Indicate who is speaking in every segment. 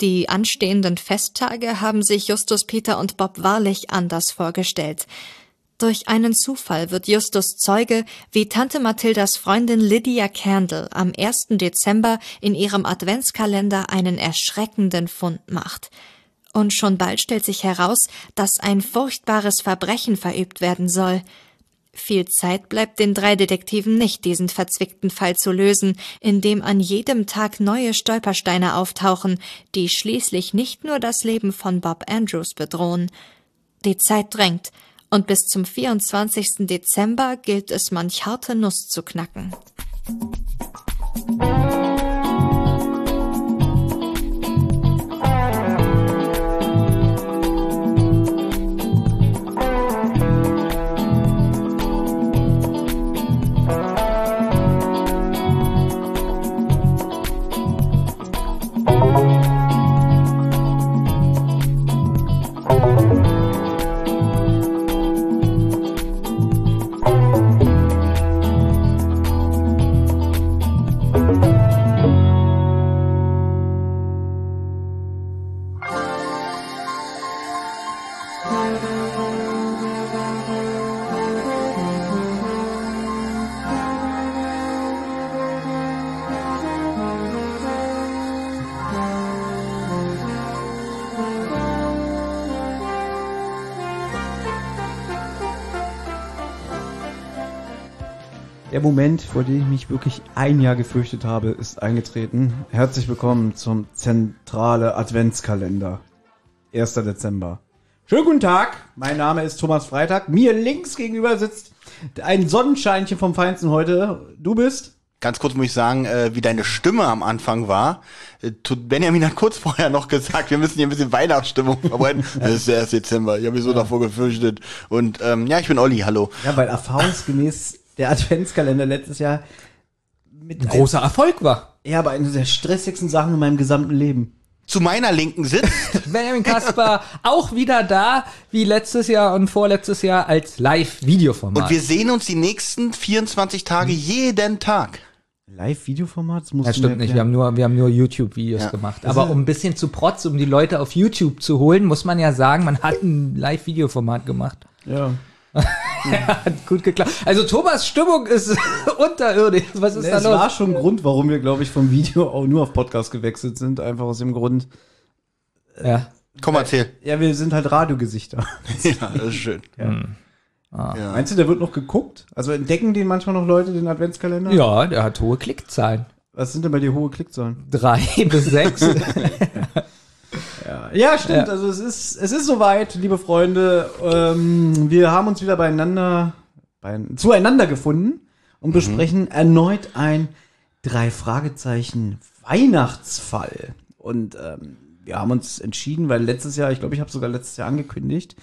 Speaker 1: Die anstehenden Festtage haben sich Justus, Peter und Bob wahrlich anders vorgestellt. Durch einen Zufall wird Justus Zeuge, wie Tante Mathildas Freundin Lydia Candle am 1. Dezember in ihrem Adventskalender einen erschreckenden Fund macht. Und schon bald stellt sich heraus, dass ein furchtbares Verbrechen verübt werden soll. Viel Zeit bleibt den drei Detektiven nicht, diesen verzwickten Fall zu lösen, in dem an jedem Tag neue Stolpersteine auftauchen, die schließlich nicht nur das Leben von Bob Andrews bedrohen. Die Zeit drängt, und bis zum 24. Dezember gilt es manch harte Nuss zu knacken.
Speaker 2: Der Moment, vor dem ich mich wirklich ein Jahr gefürchtet habe, ist eingetreten. Herzlich willkommen zum Zentrale Adventskalender. 1. Dezember. Schönen guten Tag, mein Name ist Thomas Freitag. Mir links gegenüber sitzt ein Sonnenscheinchen vom Feinsten heute. Du bist?
Speaker 3: Ganz kurz muss ich sagen, äh, wie deine Stimme am Anfang war. Äh, tut- Benjamin hat kurz vorher noch gesagt, wir müssen hier ein bisschen Weihnachtsstimmung verbreiten. Es ist der 1. Dezember, ich habe mich so davor gefürchtet. Und ähm, ja, ich bin Olli, hallo.
Speaker 2: Ja, weil erfahrungsgemäß der Adventskalender letztes Jahr mit
Speaker 4: Ein großer Erfolg war.
Speaker 2: ja, aber einer der stressigsten Sachen in meinem gesamten Leben.
Speaker 3: Zu meiner linken sitzt
Speaker 4: Benjamin Kasper auch wieder da, wie letztes Jahr und vorletztes Jahr als Live-Videoformat.
Speaker 3: und wir sehen uns die nächsten 24 Tage jeden Tag.
Speaker 2: Live-Videoformat? Das musst
Speaker 4: Das stimmt nicht, wir haben nur, wir haben nur YouTube-Videos gemacht. Aber um ein bisschen zu protz, um die Leute auf YouTube zu holen, muss man ja sagen, man hat ein Live-Video-Format gemacht.
Speaker 2: Ja.
Speaker 4: Hat gut geklappt. Also Thomas Stimmung ist unterirdisch. Was ist
Speaker 2: Nee,
Speaker 4: da
Speaker 2: es war
Speaker 4: los?
Speaker 2: schon ein Grund, warum wir, glaube ich, vom Video auch nur auf Podcast gewechselt sind. Einfach aus dem Grund,
Speaker 4: Ja.
Speaker 3: Komm, erzähl.
Speaker 2: ja, wir sind halt Radiogesichter.
Speaker 3: Ja, das ist schön. Ja.
Speaker 2: Meinst du, der wird noch geguckt? Also entdecken den manchmal noch Leute, den Adventskalender?
Speaker 4: ja, der hat hohe Klickzahlen.
Speaker 2: Was sind denn bei dir hohe Klickzahlen?
Speaker 4: Drei bis sechs.
Speaker 2: Ja, stimmt. Also es ist, es ist soweit, liebe Freunde. Ähm, wir haben uns wieder beieinander, beien- zueinander gefunden
Speaker 3: Mhm.
Speaker 2: und besprechen erneut ein drei Fragezeichen Weihnachtsfall. Und ähm, wir haben uns entschieden, weil letztes Jahr, ich glaube, ich habe sogar letztes Jahr angekündigt,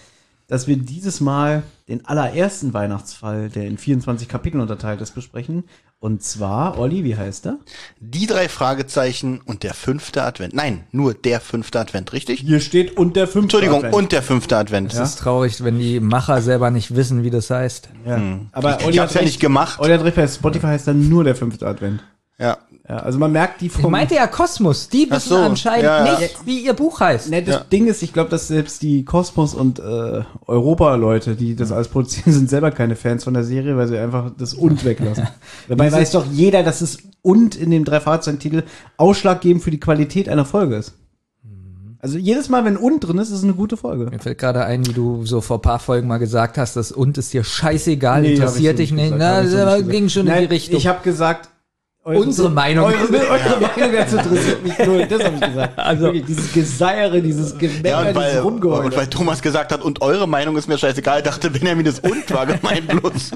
Speaker 2: dass wir dieses Mal den allerersten Weihnachtsfall, der in 24 Kapiteln unterteilt ist, besprechen. Und zwar, Olli, wie heißt er?
Speaker 3: Die drei Fragezeichen und der fünfte Advent. Nein, nur der fünfte Advent, richtig?
Speaker 2: Hier steht und der fünfte.
Speaker 3: Entschuldigung,
Speaker 2: Advent.
Speaker 3: und der fünfte Advent.
Speaker 4: Das ist traurig, wenn die Macher selber nicht wissen, wie das heißt.
Speaker 2: Ja. Aber
Speaker 3: Hm. Ich hab's ja
Speaker 2: recht.
Speaker 3: nicht gemacht.
Speaker 2: Olli hat recht, bei Oh, Spotify heißt dann nur der fünfte Advent.
Speaker 3: Ja.
Speaker 2: Ja, also man merkt die
Speaker 4: Ich
Speaker 2: vom.
Speaker 4: meinte ja Kosmos. Die wissen
Speaker 3: so,
Speaker 4: anscheinend
Speaker 3: ja, ja.
Speaker 4: nicht, wie ihr Buch heißt.
Speaker 2: Ne, das Ding ist, ich glaube, dass selbst die Kosmos und äh, Europa-Leute, die das alles produzieren, sind selber keine Fans von der Serie, weil sie einfach das und weglassen. Dabei weiß doch jeder, dass es und in dem drei Fahrzeugen-Titel ausschlaggebend für die Qualität einer Folge ist. Also jedes Mal, wenn und drin ist, ist es eine gute Folge.
Speaker 4: Mir fällt gerade ein, wie du so vor ein paar Folgen mal gesagt hast, das und ist dir scheißegal,
Speaker 2: Nee,
Speaker 4: interessiert
Speaker 2: hab ich
Speaker 4: dich
Speaker 2: so
Speaker 4: nicht.
Speaker 2: gesagt,
Speaker 4: Na,
Speaker 2: hab ich so nicht
Speaker 4: das
Speaker 2: gesagt.
Speaker 4: ging schon
Speaker 2: Nein,
Speaker 4: in die Richtung.
Speaker 2: Ich habe gesagt, eure-
Speaker 4: Unsere Meinung.
Speaker 2: Eure, eure Meinung dazu interessiert mich null. Das habe ich gesagt.
Speaker 4: Also-
Speaker 2: Also, Wirklich, dieses Geseiere, dieses
Speaker 3: Ja,
Speaker 2: Gemecker,
Speaker 3: und weil,
Speaker 2: dieses Rumgeheul.
Speaker 3: und weil Thomas gesagt hat, und eure Meinung ist mir scheißegal, dachte Benjamin, das und war gemeint bloß.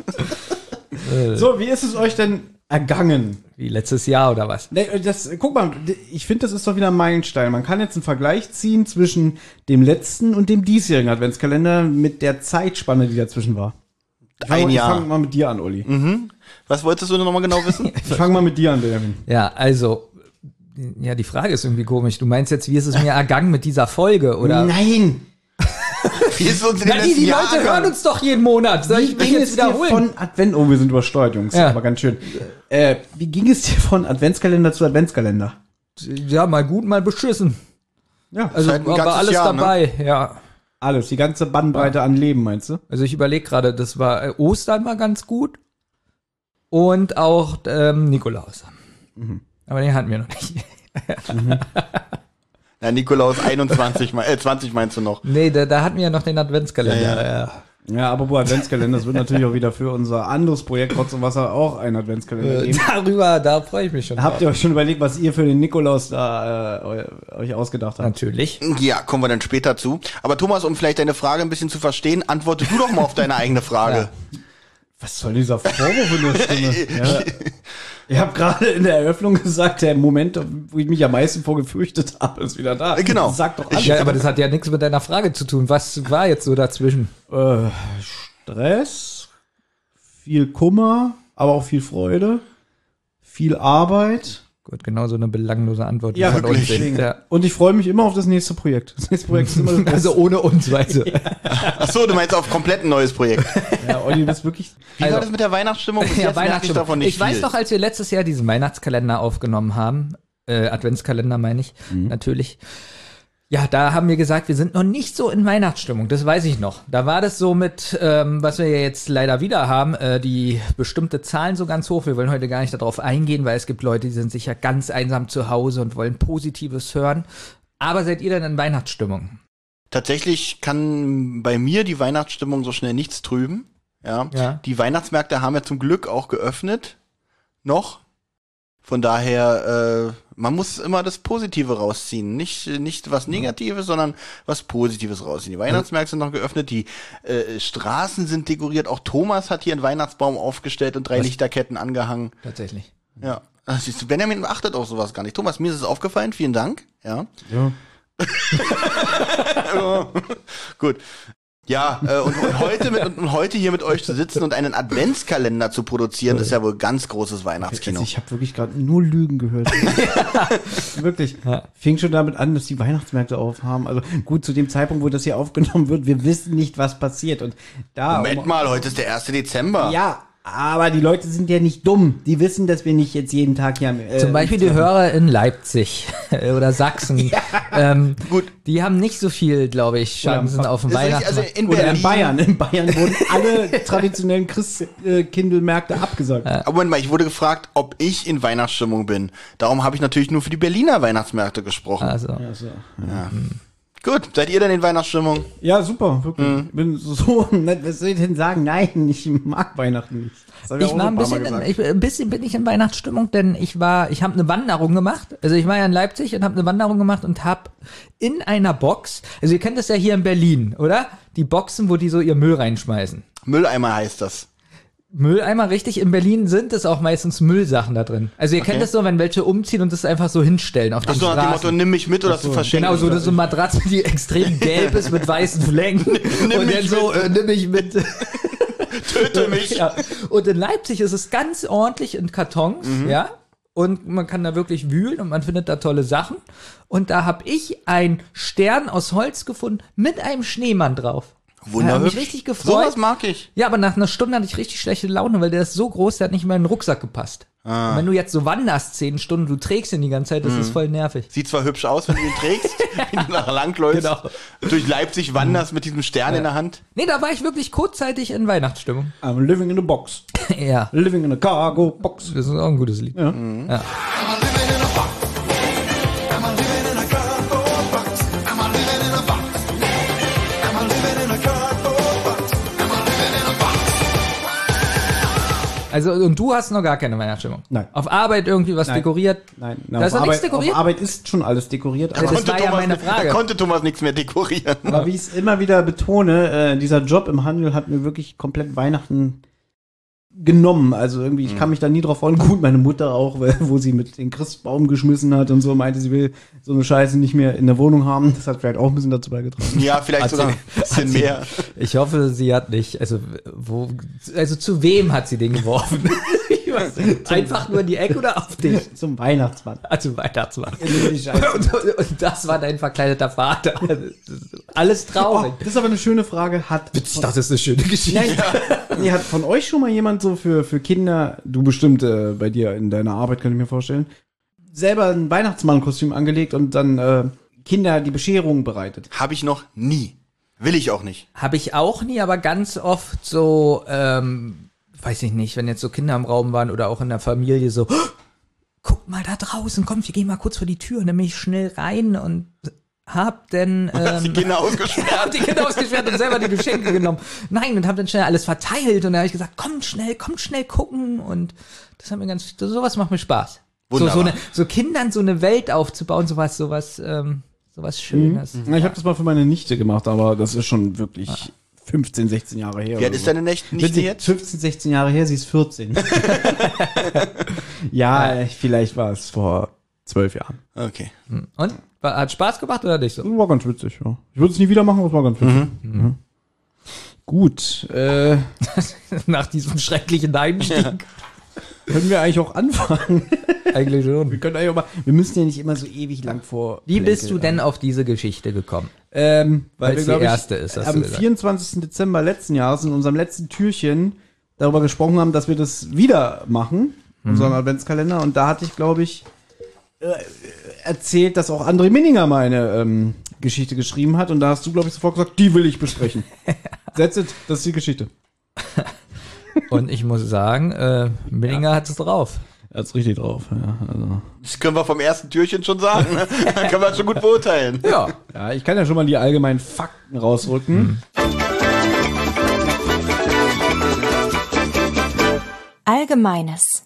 Speaker 2: So, wie ist es euch denn ergangen?
Speaker 4: wie letztes Jahr oder was?
Speaker 2: Ne, Das, guck mal, ich finde, das ist doch wieder ein Meilenstein. Man kann jetzt einen Vergleich ziehen zwischen dem letzten und dem diesjährigen Adventskalender mit der Zeitspanne, die dazwischen war. Ich
Speaker 3: Ein
Speaker 2: mal, Ich
Speaker 3: Jahr. Mhm.
Speaker 2: fange mal mit dir an, Uli.
Speaker 3: Was wolltest du nochmal genau wissen?
Speaker 2: Ich fange mal mit dir an, Benjamin.
Speaker 4: Ja, also, ja, die Frage ist irgendwie komisch. Du meinst jetzt, wie ist es mir ergangen mit dieser Folge? Oder?
Speaker 2: Nein!
Speaker 3: Wie ist es uns in den
Speaker 4: Na, die,
Speaker 3: letzten
Speaker 4: die
Speaker 3: Jahren
Speaker 4: Leute hören
Speaker 3: gegangen?
Speaker 4: uns doch jeden Monat. Soll ich
Speaker 2: Wie
Speaker 4: mich
Speaker 2: ging es
Speaker 4: jetzt
Speaker 2: dir
Speaker 4: wiederholen?
Speaker 2: von Advent? Oh, wir sind übersteuert, Jungs.
Speaker 4: Ja.
Speaker 2: Aber ganz schön. Äh, wie ging es dir von Adventskalender zu Adventskalender?
Speaker 4: Ja, mal gut, mal beschissen.
Speaker 2: Ja,
Speaker 4: Also
Speaker 3: halt ein
Speaker 4: war war
Speaker 3: ganzes
Speaker 4: alles
Speaker 3: Jahr, ne?
Speaker 4: dabei, ja.
Speaker 2: alles. Die ganze Bandbreite an Leben, meinst du?
Speaker 4: Also ich überlege gerade, das war äh, Ostern war ganz gut und auch ähm, Nikolaus. Aber den hatten wir noch nicht.
Speaker 3: Na, Nikolaus 21, mein- äh, 20 meinst du noch.
Speaker 4: Nee, da, da hatten wir ja noch den Adventskalender.
Speaker 3: Ja,
Speaker 4: ja.
Speaker 2: Ja, aber Adventskalender, das wird natürlich auch wieder für unser anderes Projekt Rotz und Wasser auch einen Adventskalender
Speaker 4: Äh,
Speaker 2: geben.
Speaker 4: darüber, da freue ich mich schon.
Speaker 2: Habt
Speaker 4: drauf.
Speaker 2: ihr euch schon überlegt, was ihr für den Nikolaus da äh, euch ausgedacht habt?
Speaker 4: Natürlich.
Speaker 3: Ja, kommen wir dann später zu. Aber Thomas, um vielleicht deine Frage ein bisschen zu verstehen, antworte du doch mal auf deine eigene Frage.
Speaker 2: Was soll dieser Vorwurf in der Stimme? ja. Ich habe gerade in der Eröffnung gesagt, der Moment, wo ich mich am meisten vor gefürchtet habe, ist wieder da.
Speaker 3: Genau.
Speaker 2: Sag doch alles.
Speaker 3: Ich-
Speaker 4: Ja, aber das hat ja nichts mit deiner Frage zu tun. Was war jetzt so dazwischen?
Speaker 2: Äh, Stress, viel Kummer, aber auch viel Freude, viel Arbeit.
Speaker 4: Gut, genau so eine belanglose Antwort wie
Speaker 2: Ja,
Speaker 4: von uns.
Speaker 3: wirklich.
Speaker 4: Ja.
Speaker 2: Und ich freue mich immer auf das nächste Projekt. Das nächste Projekt ist immer das Beste.
Speaker 4: Also ohne uns, weißt du.
Speaker 3: Ach so, du meinst auf komplett ein neues Projekt.
Speaker 2: Ja, Olli, du bist wirklich.
Speaker 3: Wie
Speaker 4: Also-
Speaker 3: war das mit der Weihnachtsstimmung? Bis
Speaker 4: Ja,
Speaker 3: jetzt merke ich
Speaker 4: Weihnachtsstimmung.
Speaker 3: davon
Speaker 4: Ich
Speaker 3: nicht
Speaker 4: weiß
Speaker 3: viel.
Speaker 4: noch, als wir letztes Jahr diesen Weihnachtskalender aufgenommen haben, äh, Adventskalender meine ich,
Speaker 3: Mhm.
Speaker 4: natürlich. Ja, da haben wir gesagt, wir sind noch nicht so in Weihnachtsstimmung, das weiß ich noch. Da war das so mit, ähm, was wir ja jetzt leider wieder haben, äh, die bestimmte Zahlen so ganz hoch. Wir wollen heute gar nicht darauf eingehen, weil es gibt Leute, die sind sicher ganz einsam zu Hause und wollen Positives hören. Aber seid ihr denn in Weihnachtsstimmung?
Speaker 3: Tatsächlich kann bei mir die Weihnachtsstimmung so schnell nichts trüben. Ja.
Speaker 4: Ja.
Speaker 3: Die Weihnachtsmärkte haben ja zum Glück auch geöffnet. Noch. Von daher, äh, man muss immer das Positive rausziehen. Nicht, nicht was Negatives, sondern was Positives rausziehen. Die Weihnachtsmärkte sind noch geöffnet, die äh, Straßen sind dekoriert. Auch Thomas hat hier einen Weihnachtsbaum aufgestellt und drei Lichterketten angehangen.
Speaker 4: Tatsächlich.
Speaker 3: Ja. Ah, siehst du, Benjamin achtet auf sowas gar nicht. Thomas, mir ist es aufgefallen. Vielen Dank. Ja.
Speaker 2: Ja.
Speaker 3: Gut. Ja, äh, und, und, heute mit, und, und heute hier mit euch zu sitzen und einen Adventskalender zu produzieren, ist ja wohl ganz großes Weihnachtskino.
Speaker 2: Also ich habe wirklich gerade nur Lügen gehört. wirklich. Fing schon damit an, dass die Weihnachtsmärkte aufhaben. Also gut, zu dem Zeitpunkt, wo das hier aufgenommen wird, wir wissen nicht, was passiert. Und da. um
Speaker 3: Moment mal, heute ist der 1. Dezember.
Speaker 2: Ja, aber die Leute sind ja nicht dumm. Die wissen, dass wir nicht jetzt jeden Tag hier am. Äh,
Speaker 4: Zum Beispiel die Hörer in Leipzig oder Sachsen. ähm,
Speaker 3: Gut.
Speaker 4: Die haben nicht so viel, glaube ich, Chancen
Speaker 2: Oder-
Speaker 4: auf dem
Speaker 3: Ist richtig,
Speaker 4: Weihnachten.
Speaker 3: also in
Speaker 2: Oder in
Speaker 3: Berlin.
Speaker 2: Bayern. In Bayern wurden alle traditionellen Christkindelmärkte abgesagt.
Speaker 3: Aber Moment mal, ich wurde gefragt, ob ich in Weihnachtsstimmung bin. Darum habe ich natürlich nur für die Berliner Weihnachtsmärkte gesprochen.
Speaker 4: also,
Speaker 2: Also.
Speaker 3: Gut, seid ihr denn in Weihnachtsstimmung?
Speaker 2: Ja, super, wirklich. Ich bin so, ne, was soll ich denn sagen? Nein, ich mag Weihnachten nicht. Das hab
Speaker 4: ich
Speaker 2: auch
Speaker 4: war ein
Speaker 2: schon paar
Speaker 4: bisschen, in,
Speaker 2: Mal gesagt.
Speaker 4: ich, ein bisschen bin ich in Weihnachtsstimmung, denn ich war, ich habe eine Wanderung gemacht. Also ich war ja in Leipzig und habe eine Wanderung gemacht und habe in einer Box, also ihr kennt das ja hier in Berlin, oder? Die Boxen, wo die so ihr Müll reinschmeißen.
Speaker 3: Mülleimer heißt das.
Speaker 4: Mülleimer, richtig, in Berlin sind es auch meistens Müllsachen da drin. Also ihr kennt das so, wenn welche umziehen und das einfach so hinstellen auf den
Speaker 3: Ach so, nach dem Motto,
Speaker 4: Straßen.
Speaker 3: nimm mich mit oder zu verschenken.
Speaker 4: Genau, so, das ist so eine Matratze, die extrem gelb ist mit weißen Flecken.
Speaker 3: Nimm
Speaker 4: und
Speaker 3: mich
Speaker 4: dann so,
Speaker 3: mit.
Speaker 4: äh, nimm mich mit.
Speaker 3: Töte mich.
Speaker 4: Ja. Und in Leipzig ist es ganz ordentlich in Kartons,
Speaker 3: Mhm.
Speaker 4: ja. Und man kann da wirklich wühlen und man findet da tolle Sachen. Und da habe ich einen Stern aus Holz gefunden mit einem Schneemann drauf. Hat mich richtig gefreut.
Speaker 3: Sowas mag ich.
Speaker 4: Ja, aber nach einer Stunde hatte ich richtig schlechte Laune, weil der ist so groß, der hat nicht mal in den Rucksack gepasst.
Speaker 3: Ah.
Speaker 4: Und Wenn du jetzt so wanderst zehn Stunden, du trägst ihn die ganze Zeit, das
Speaker 3: Mhm.
Speaker 4: ist voll nervig.
Speaker 3: Sieht zwar hübsch aus, wenn du ihn trägst, wenn du nach langläufst,
Speaker 4: Genau.
Speaker 3: durch Leipzig wanderst mit diesem Stern in der Hand.
Speaker 4: Nee, da war ich wirklich kurzzeitig in Weihnachtsstimmung.
Speaker 2: I'm living in a box.
Speaker 4: ja.
Speaker 2: Living in a cargo box.
Speaker 4: Das ist auch ein gutes Lied.
Speaker 3: Mhm.
Speaker 4: Also, und du hast noch gar keine Weihnachtsstimmung.
Speaker 2: Nein.
Speaker 4: Auf Arbeit irgendwie was
Speaker 2: Nein.
Speaker 4: dekoriert.
Speaker 2: Nein,
Speaker 4: Da ist
Speaker 2: auf
Speaker 4: doch nichts
Speaker 2: Arbeit-
Speaker 4: dekoriert.
Speaker 2: Auf Arbeit ist schon alles dekoriert.
Speaker 4: das
Speaker 2: Aber,
Speaker 4: war ja meine
Speaker 3: ni-
Speaker 4: Frage.
Speaker 3: Da konnte Thomas nichts mehr dekorieren.
Speaker 2: aber wie ich es immer wieder betone, äh, dieser Job im Handel hat mir wirklich komplett Weihnachten genommen. Also irgendwie, ich kann mich da nie drauf freuen. Gut, meine Mutter auch, weil, wo sie mit den Christbaum geschmissen hat und so meinte, sie will so eine Scheiße nicht mehr in der Wohnung haben. Das hat vielleicht auch ein bisschen dazu beigetragen.
Speaker 3: Ja, vielleicht
Speaker 4: Hat
Speaker 3: sogar
Speaker 4: sie-
Speaker 3: ein bisschen mehr.
Speaker 4: Ich hoffe, sie hat nicht. Also, wo, also zu wem hat sie den geworfen? Ich weiß nicht. Einfach nur in die Ecke oder auf dich?
Speaker 2: Zum Weihnachtsmann.
Speaker 4: Also Weihnachtsmann.
Speaker 2: die Scheiße.
Speaker 4: Und, und das war dein verkleideter Vater. Alles
Speaker 2: Oh,
Speaker 4: traurig.
Speaker 2: das ist aber eine schöne Frage. Hat
Speaker 4: Ich dachte, das ist eine schöne Geschichte.
Speaker 2: Nein, nee, hat von euch schon mal jemand so für, für Kinder, du bestimmt äh, bei dir in deiner Arbeit, kann ich mir vorstellen, selber ein Weihnachtsmannkostüm angelegt und dann äh, Kinder die Bescherung bereitet.
Speaker 3: Habe ich noch nie. Will ich auch nicht.
Speaker 4: Habe ich auch nie, aber ganz oft so, ähm, weiß ich nicht, wenn jetzt so Kinder im Raum waren oder auch in der Familie so, "Oh, guck mal da draußen, komm, wir gehen mal kurz vor die Tür, nämlich schnell rein und hab dann
Speaker 3: Dass die
Speaker 4: ähm,
Speaker 3: Kinder ausgesperrt
Speaker 4: hab die Kinder ausgesperrt und selber die Geschenke genommen. Nein, und hab dann schnell alles verteilt und da habe ich gesagt, kommt schnell, kommt schnell gucken und das hat mir ganz, sowas macht mir Spaß. So, so,
Speaker 3: Wunderbar.
Speaker 4: eine, so Kindern so eine Welt aufzubauen, sowas, sowas, ähm, sowas Schönes.
Speaker 2: Na, ich habe das Ah. mal für meine Nichte gemacht, aber das ist schon wirklich 15, 16 Jahre her.
Speaker 3: Wie alt
Speaker 2: oder
Speaker 3: ist
Speaker 2: so.
Speaker 3: deine Nächte nicht
Speaker 2: sie
Speaker 3: jetzt?
Speaker 2: 15, 16 Jahre her, sie ist 14. ja, äh, vielleicht war es vor zwölf Jahren.
Speaker 3: Okay.
Speaker 4: Mhm. Und? War- Hat Spaß gemacht oder nicht so?
Speaker 2: Das war ganz witzig, ja. Ich würde es nie wieder machen, aber es war ganz witzig. Mhm. Gut, äh,
Speaker 4: Nach diesem schrecklichen Heimstieg.
Speaker 2: können wir eigentlich auch anfangen.
Speaker 4: Eigentlich
Speaker 2: Wir
Speaker 4: schon.
Speaker 2: können eigentlich auch mal, wir müssen ja nicht immer so ewig lang vor.
Speaker 4: Wie bist
Speaker 2: Plänkel
Speaker 4: du
Speaker 2: an.
Speaker 4: denn auf diese Geschichte gekommen?
Speaker 2: Ähm, weil
Speaker 4: Weil's
Speaker 2: wir,
Speaker 4: die
Speaker 2: glaub ich,
Speaker 4: erste ist, hast du
Speaker 2: am
Speaker 4: gesagt.
Speaker 2: 24. Dezember letzten Jahres in unserem letzten Türchen darüber gesprochen haben, dass wir das wieder machen,
Speaker 4: Mhm.
Speaker 2: unseren Adventskalender. Und da hatte ich, glaube ich, äh, erzählt, dass auch André Minninger meine ähm, Geschichte geschrieben hat. Und da hast du, glaube ich, sofort gesagt, die will ich besprechen. That's it, das ist die Geschichte.
Speaker 4: Und ich muss sagen, äh, Millinger hat es drauf.
Speaker 2: Er hat's richtig drauf, ja. Also.
Speaker 3: Das können wir vom ersten Türchen schon sagen. Ne? Dann können wir das schon gut beurteilen.
Speaker 4: Ja.
Speaker 2: Ja, ich kann ja schon mal die allgemeinen Fakten rausrücken.
Speaker 1: Allgemeines.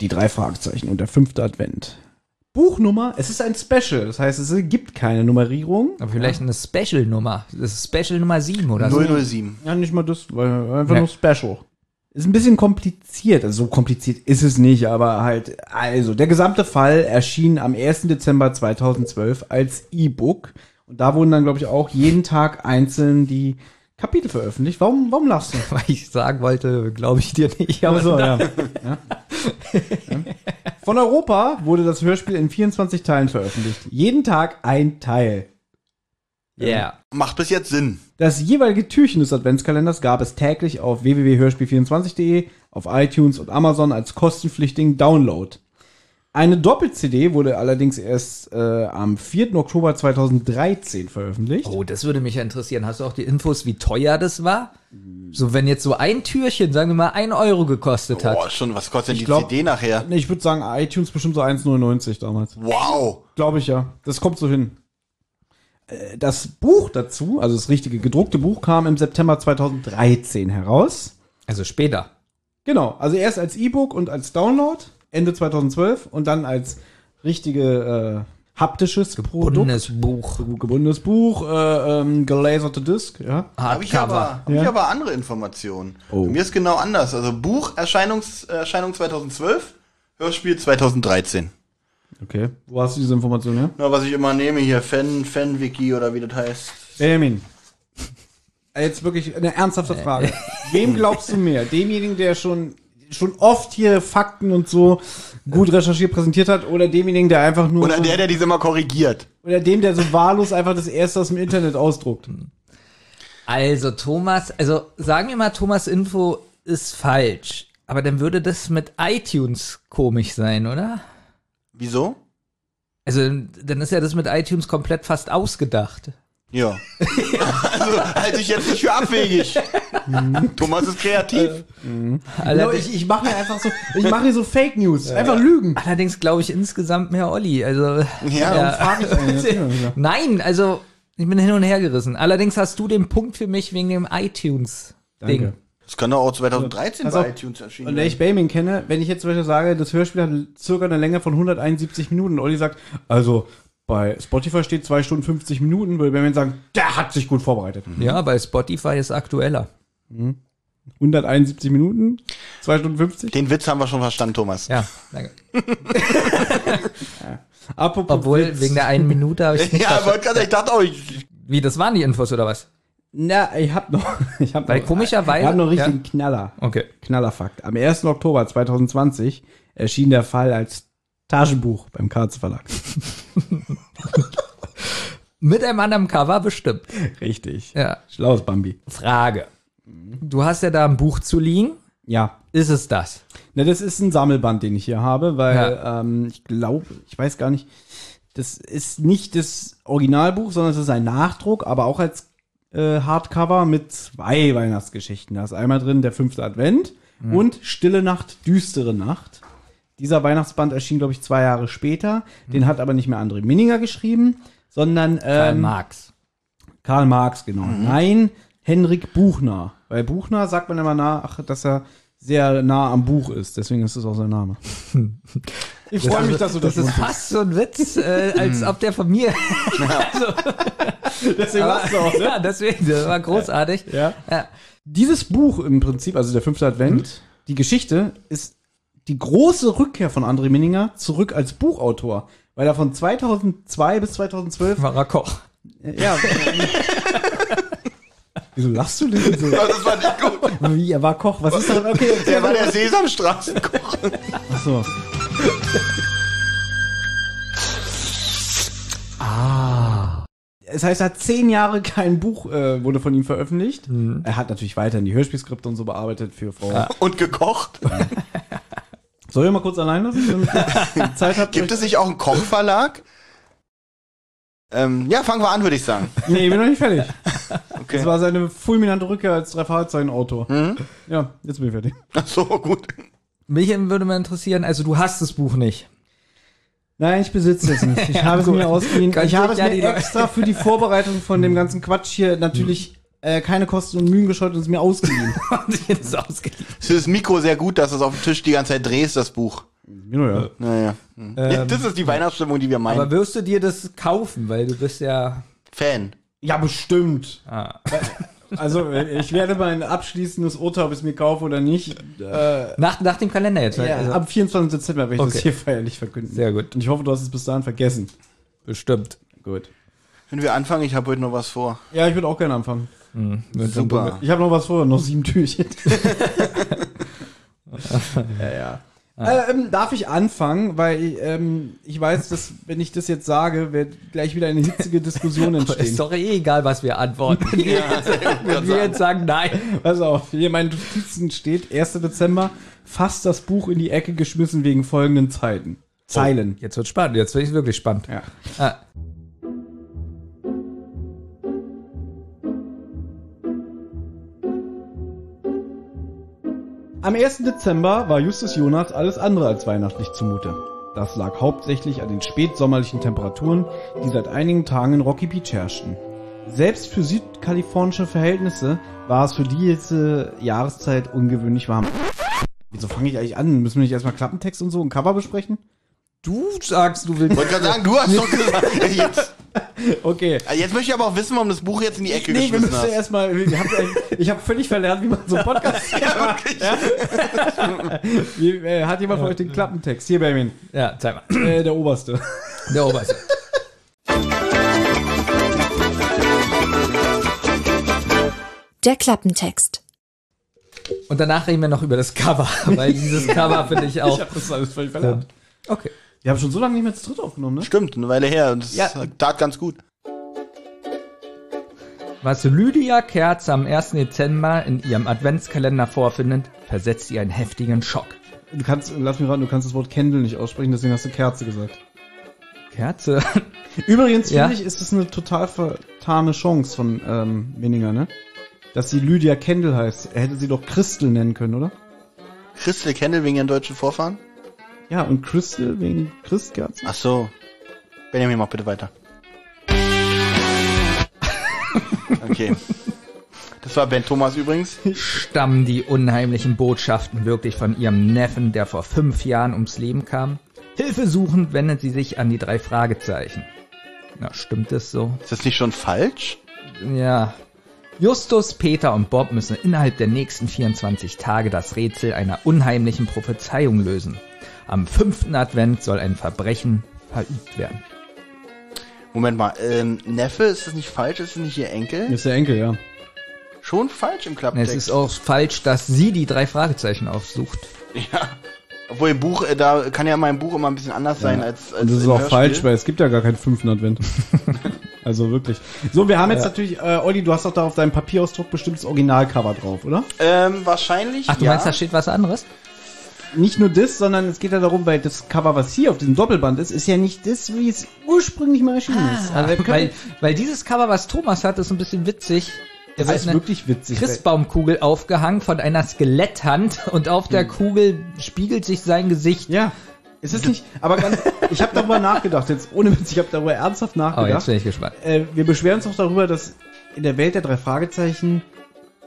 Speaker 2: Die drei Fragezeichen und der fünfte Advent. Buchnummer, es ist ein Special, das heißt, es gibt keine Nummerierung.
Speaker 4: Aber vielleicht eine Special-Nummer. Das ist Special Nummer 7 oder so.
Speaker 3: 007.
Speaker 2: Ja, nicht mal das, weil einfach
Speaker 4: Nee.
Speaker 2: nur Special. Ist ein bisschen kompliziert, also so kompliziert ist es nicht, aber halt, also, der gesamte Fall erschien am 1. Dezember 2012 als E-Book und da wurden dann, glaube ich, auch jeden Tag einzeln die Kapitel veröffentlicht. Warum, warum lachst du?
Speaker 4: Weil ich sagen wollte, glaube ich dir nicht. Aber
Speaker 2: Also, ja. Ja. Von Europa wurde das Hörspiel in 24 Teilen veröffentlicht. Jeden Tag ein Teil.
Speaker 4: yeah.
Speaker 3: Macht bis jetzt Sinn.
Speaker 2: Das jeweilige Türchen des Adventskalenders gab es täglich auf www.hörspiel24.de, auf iTunes und Amazon als kostenpflichtigen Download. Eine Doppel-CD wurde allerdings erst äh, am 4. Oktober 2013 veröffentlicht.
Speaker 4: Oh, das würde mich ja interessieren. Hast du auch die Infos, wie teuer das war? So, wenn jetzt so ein Türchen, sagen wir mal, ein Euro gekostet
Speaker 3: Boah,
Speaker 4: hat.
Speaker 3: schon, was kostet denn die
Speaker 2: glaub-
Speaker 3: CD nachher?
Speaker 2: Ich würde sagen, iTunes bestimmt so 1,99 damals.
Speaker 3: Wow.
Speaker 2: Glaube ich ja. Das kommt so hin. Äh, Das Buch dazu, also das richtige gedruckte Buch, kam im September 2013 heraus.
Speaker 4: Also später.
Speaker 2: Genau, also erst als E-Book und als Download Ende 2012 und dann als richtige äh, haptisches Produkt,
Speaker 4: Bundes Buch.
Speaker 2: gebundenes Buch, äh, ähm, gelaserte Disc, ja.
Speaker 4: Ah.
Speaker 3: Habe ich, aber, hab ich
Speaker 2: Ja.
Speaker 3: aber andere Informationen.
Speaker 2: Oh.
Speaker 3: Bei Mir ist genau anders. Also Buch Erscheinungs, äh, Erscheinung 2012, Hörspiel 2013.
Speaker 2: Okay. Wo hast du diese Information her?
Speaker 3: Na, was ich immer nehme hier, Fan, Fan-Wiki oder wie das heißt.
Speaker 2: Benjamin. Äh, Jetzt wirklich eine ernsthafte Frage. Wem glaubst du mehr? Demjenigen, der schon, schon oft hier Fakten und so gut recherchiert präsentiert hat oder demjenigen, der einfach nur.
Speaker 3: Oder der, der diese immer korrigiert.
Speaker 2: oder dem, der so wahllos einfach das erste aus dem Internet ausdruckt?
Speaker 4: Also Thomas, also sagen wir mal, Thomas Info ist falsch. Aber dann würde das mit iTunes komisch sein, oder?
Speaker 3: Wieso?
Speaker 4: Also dann ist ja das mit iTunes komplett fast ausgedacht.
Speaker 3: Ja. also halte ich jetzt nicht für abwegig. Thomas ist kreativ.
Speaker 2: Genau,
Speaker 4: Allerdings,
Speaker 2: ich ich mache mir einfach so, ich mache hier so Fake News, einfach Lügen.
Speaker 4: allerdings glaube ich insgesamt mehr Olli. Also
Speaker 3: Ja,
Speaker 4: Ja.
Speaker 2: Frage ich eigentlich.
Speaker 4: nein, also ich bin hin und her gerissen. Allerdings hast du den Punkt für mich wegen dem iTunes Ding.
Speaker 2: Danke.
Speaker 3: Das kann doch auch 2013
Speaker 2: Also,
Speaker 3: bei iTunes
Speaker 2: Und
Speaker 3: erschienen
Speaker 2: wenn
Speaker 3: werden.
Speaker 2: ich Baming kenne, wenn ich jetzt zum Beispiel sage, das Hörspiel hat circa eine Länge von 171 Minuten, Olli sagt, also bei Spotify steht 2 Stunden 50 Minuten, würde Baming sagen, der hat sich gut vorbereitet.
Speaker 4: Ja, bei Spotify ist aktueller.
Speaker 2: 171 Minuten, 2 Stunden 50.
Speaker 3: Den Witz haben wir schon verstanden, Thomas.
Speaker 4: Ja, danke.
Speaker 2: Apropos
Speaker 4: Obwohl,
Speaker 2: Witz.
Speaker 4: wegen der einen Minute habe ich nicht
Speaker 3: Ja, wollte gerade, ich dachte auch, ich,
Speaker 4: Wie, das waren die Infos oder was?
Speaker 2: Na, ich hab noch. Ich hab
Speaker 4: Weil
Speaker 2: noch,
Speaker 4: komischerweise-
Speaker 2: Ich hab noch einen richtigen Knaller.
Speaker 4: Okay.
Speaker 2: Knallerfakt. Am 1. Oktober 2020 erschien der Fall als Taschenbuch beim Karz Verlag.
Speaker 4: Mit einem anderen Cover bestimmt.
Speaker 2: Richtig.
Speaker 4: Ja.
Speaker 2: Schlaues Bambi.
Speaker 4: Frage. Du hast ja da ein Buch zu liegen.
Speaker 2: Ja.
Speaker 4: Ist es das?
Speaker 2: Na, das ist ein Sammelband, den ich hier habe, weil
Speaker 4: Ja.
Speaker 2: ähm, ich glaube, ich weiß gar nicht. Das ist nicht das Originalbuch, sondern es ist ein Nachdruck, aber auch als äh, Hardcover mit zwei Weihnachtsgeschichten. Da ist einmal drin der fünfte Advent und Stille Nacht, düstere Nacht. Dieser Weihnachtsband erschien, glaube ich, zwei Jahre später. Den hat aber nicht mehr André Minninger geschrieben, sondern
Speaker 4: Karl
Speaker 2: ähm,
Speaker 4: Marx.
Speaker 2: Karl Marx, genau. Nein, Henrik Buchner. Weil Buchner sagt man immer nach, dass er sehr nah am Buch ist. Deswegen ist es auch sein Name. Ich freue mich, dass du das,
Speaker 4: Also, Das ist
Speaker 2: wusstest. Mhm.
Speaker 4: fast so ein Witz, äh, als ob der von mir.
Speaker 3: Also,
Speaker 2: Deswegen
Speaker 4: war,
Speaker 2: lachst du auch, ne?
Speaker 4: Ja, deswegen, das war großartig.
Speaker 2: Ja.
Speaker 4: Ja.
Speaker 2: Dieses Buch im Prinzip, also der fünfte Advent, die Geschichte, ist die große Rückkehr von André Minninger zurück als Buchautor. Weil er von 2002 bis 2012.
Speaker 4: War er Koch.
Speaker 2: Ja. Wieso lachst du denn so?
Speaker 3: Das war nicht gut.
Speaker 2: Wie, er war Koch. Was ist daran? Okay, okay.
Speaker 3: Der war der Sesamstraßenkoch.
Speaker 2: Achso.
Speaker 4: Ah.
Speaker 2: Es heißt, er hat zehn Jahre kein Buch äh, wurde von ihm veröffentlicht.
Speaker 4: Mhm.
Speaker 2: Er hat natürlich weiterhin die Hörspielskripte und so bearbeitet für Frau.
Speaker 3: Und gekocht.
Speaker 2: Soll ich mal kurz allein lassen, damit ihr Zeit habt?
Speaker 3: Gibt es nicht auch einen Kochverlag? Ähm, ja, fangen wir an, würde ich sagen.
Speaker 2: Nee, ich bin noch nicht fertig.
Speaker 3: Okay.
Speaker 2: Das war seine fulminante Rückkehr als Drei-Fahrzeichen-Autor.
Speaker 3: Mhm.
Speaker 2: Ja, jetzt bin ich fertig.
Speaker 3: Ach so, gut.
Speaker 4: Mich würde mal interessieren, also du hast das Buch nicht.
Speaker 2: Nein, ich besitze es nicht. Ich habe es
Speaker 4: gut.
Speaker 2: mir ausgeliehen.
Speaker 4: Kann
Speaker 2: Ich
Speaker 4: ich
Speaker 2: habe es
Speaker 4: ja
Speaker 2: mir
Speaker 4: die Leute- Mhm.
Speaker 2: extra für die Vorbereitung von dem ganzen Quatsch hier natürlich äh, keine Kosten und Mühen gescheut und es mir ausgeliehen.
Speaker 4: Haben sie das ausgeliehen?
Speaker 3: Es ist das Mikro sehr gut, dass es auf dem Tisch die ganze Zeit drehst, das Buch.
Speaker 2: ja, ja.
Speaker 3: Naja. Mhm. das ist die Weihnachtsstimmung, die wir meinen.
Speaker 4: Aber wirst du dir das kaufen, weil du bist ja.
Speaker 3: Fan.
Speaker 2: ja, bestimmt.
Speaker 4: Ah.
Speaker 2: Also, äh, ich werde mein abschließendes Urteil, ob ich es mir kaufe oder nicht, äh,
Speaker 4: Nach, nach dem Kalender jetzt.
Speaker 2: ja,
Speaker 4: also,
Speaker 2: am 24. Dezember werde ich
Speaker 4: Okay.
Speaker 2: das hier feierlich verkünden.
Speaker 4: Sehr gut.
Speaker 2: Und ich hoffe, du hast es bis dahin vergessen.
Speaker 4: bestimmt.
Speaker 2: Gut.
Speaker 3: Wenn wir anfangen, ich habe heute noch was vor.
Speaker 2: Ja, ich würde auch gerne anfangen.
Speaker 4: Mit so einem
Speaker 3: Super.
Speaker 2: Ich habe noch was vor, noch sieben Türchen. ja, ja. Äh, ähm, darf ich anfangen? Weil ähm, ich weiß, dass wenn ich das jetzt sage, wird gleich wieder eine hitzige Diskussion
Speaker 4: Buch. Ist
Speaker 2: entstehen.
Speaker 4: doch eh egal, was wir antworten. Wenn wir jetzt- wenn wir jetzt sagen, nein.
Speaker 2: Pass auf, hier in meinen Notizen steht, 1. Dezember, fast das Buch in die Ecke geschmissen wegen folgenden Zeiten. Zeilen.
Speaker 4: Jetzt wird spannend, jetzt wird es wirklich spannend.
Speaker 2: Ja.
Speaker 4: Ah.
Speaker 2: Oh. Am 1. Dezember war Justus Jonas alles andere als weihnachtlich zumute. Das lag hauptsächlich an den spätsommerlichen Temperaturen, die seit einigen Tagen in Rocky Beach herrschten. Selbst für südkalifornische Verhältnisse war es für diese Jahreszeit ungewöhnlich warm. Wieso fange ich eigentlich an? Müssen wir nicht erstmal Klappentext und so und Cover besprechen?
Speaker 4: Du sagst, du willst.
Speaker 3: Wollte gerade sagen, du hast doch gesagt. Jetzt, äh,
Speaker 2: Okay.
Speaker 3: jetzt möchte ich aber auch wissen, warum das Buch jetzt in die Ecke
Speaker 2: Nee, wir
Speaker 3: geschmissen
Speaker 2: müssen
Speaker 3: hast.
Speaker 2: erstmal. wir haben- Ich habe völlig verlernt, wie man so einen Podcast. ja, Wie, äh, Hat jemand von euch den Klappentext? Hier, Benjamin.
Speaker 4: Ja, zeig mal.
Speaker 2: Äh, der oberste.
Speaker 4: Der Oberste.
Speaker 1: Der Klappentext.
Speaker 4: Und danach reden wir noch über das Cover, weil dieses Cover finde ich auch.
Speaker 2: hab das alles völlig
Speaker 4: Okay.
Speaker 2: Wir haben schon so lange nicht mehr zu dritt aufgenommen, ne?
Speaker 3: Stimmt, eine Weile her. Und das
Speaker 4: Ja.
Speaker 3: tat ganz gut.
Speaker 4: Was Lydia Kerz am 1. Dezember in ihrem Adventskalender vorfindet, versetzt ihr einen heftigen Schock.
Speaker 2: Du kannst, lass mich raten, du kannst das Wort Candle nicht aussprechen, deswegen hast du Kerze gesagt.
Speaker 4: Kerze.
Speaker 2: Übrigens
Speaker 4: Ja?
Speaker 2: finde ich, ist das eine total vertane Chance von ähm, Minninger, ne? Dass sie Lydia Candle heißt. Er hätte sie doch Crystal nennen können, oder?
Speaker 3: Christel Kendall wegen ihren deutschen Vorfahren?
Speaker 2: Ja, und Crystal wegen Christkerze.
Speaker 3: Ach so. Benjamin, mach bitte weiter. Okay. Das war Ben Thomas übrigens.
Speaker 4: Stammen die unheimlichen Botschaften wirklich von ihrem Neffen, der vor fünf Jahren ums Leben kam? Hilfe suchend wendet sie sich an die drei Fragezeichen. Na, stimmt es so?
Speaker 3: Ist das nicht schon falsch?
Speaker 4: Ja. Justus, Peter und Bob müssen innerhalb der nächsten 24 Tage das Rätsel einer unheimlichen Prophezeiung lösen. Am fünften Advent soll ein Verbrechen verübt werden.
Speaker 3: Moment mal, ähm, Neffe, ist das nicht falsch? Ist das nicht ihr Enkel?
Speaker 2: Ist der Enkel, ja.
Speaker 3: Schon falsch im
Speaker 4: Es
Speaker 3: Klappentext.
Speaker 4: ist auch falsch, dass sie die drei Fragezeichen aufsucht.
Speaker 3: ja. Obwohl im Buch, äh, da kann ja mein Buch immer ein bisschen anders sein als, als
Speaker 2: Und das ist
Speaker 3: im
Speaker 2: auch
Speaker 3: Hörspiel.
Speaker 2: falsch, weil Also es gibt ja gar keinen fünften Advent. also wirklich. So, wir haben jetzt natürlich, äh, Olli, du hast doch da auf deinem Papierausdruck bestimmt das Originalcover drauf, oder?
Speaker 3: Ähm, wahrscheinlich.
Speaker 4: Ach, du
Speaker 3: ja.
Speaker 4: meinst, da steht was anderes?
Speaker 2: nicht nur das, sondern es geht ja darum, weil das Cover, was hier auf diesem Doppelband ist, ist ja nicht das, wie es ursprünglich mal erschienen ist. Also wir können-
Speaker 4: Ah, weil, weil dieses Cover, was Thomas hat, ist ein bisschen witzig. Da
Speaker 2: Das
Speaker 4: wird
Speaker 2: ist
Speaker 4: eine
Speaker 2: wirklich witzig.
Speaker 4: Christbaumkugel aufgehangen von einer Skeletthand und auf
Speaker 2: Hm.
Speaker 4: der Kugel spiegelt sich sein Gesicht.
Speaker 2: Ja. Es ist nicht, aber ganz, ich habe darüber nachgedacht jetzt, ohne Witz, ich habe darüber ernsthaft
Speaker 4: Oh, jetzt
Speaker 2: nachgedacht.
Speaker 4: bin ich gespannt.
Speaker 2: äh, wir beschweren uns auch darüber, dass in der Welt der drei Fragezeichen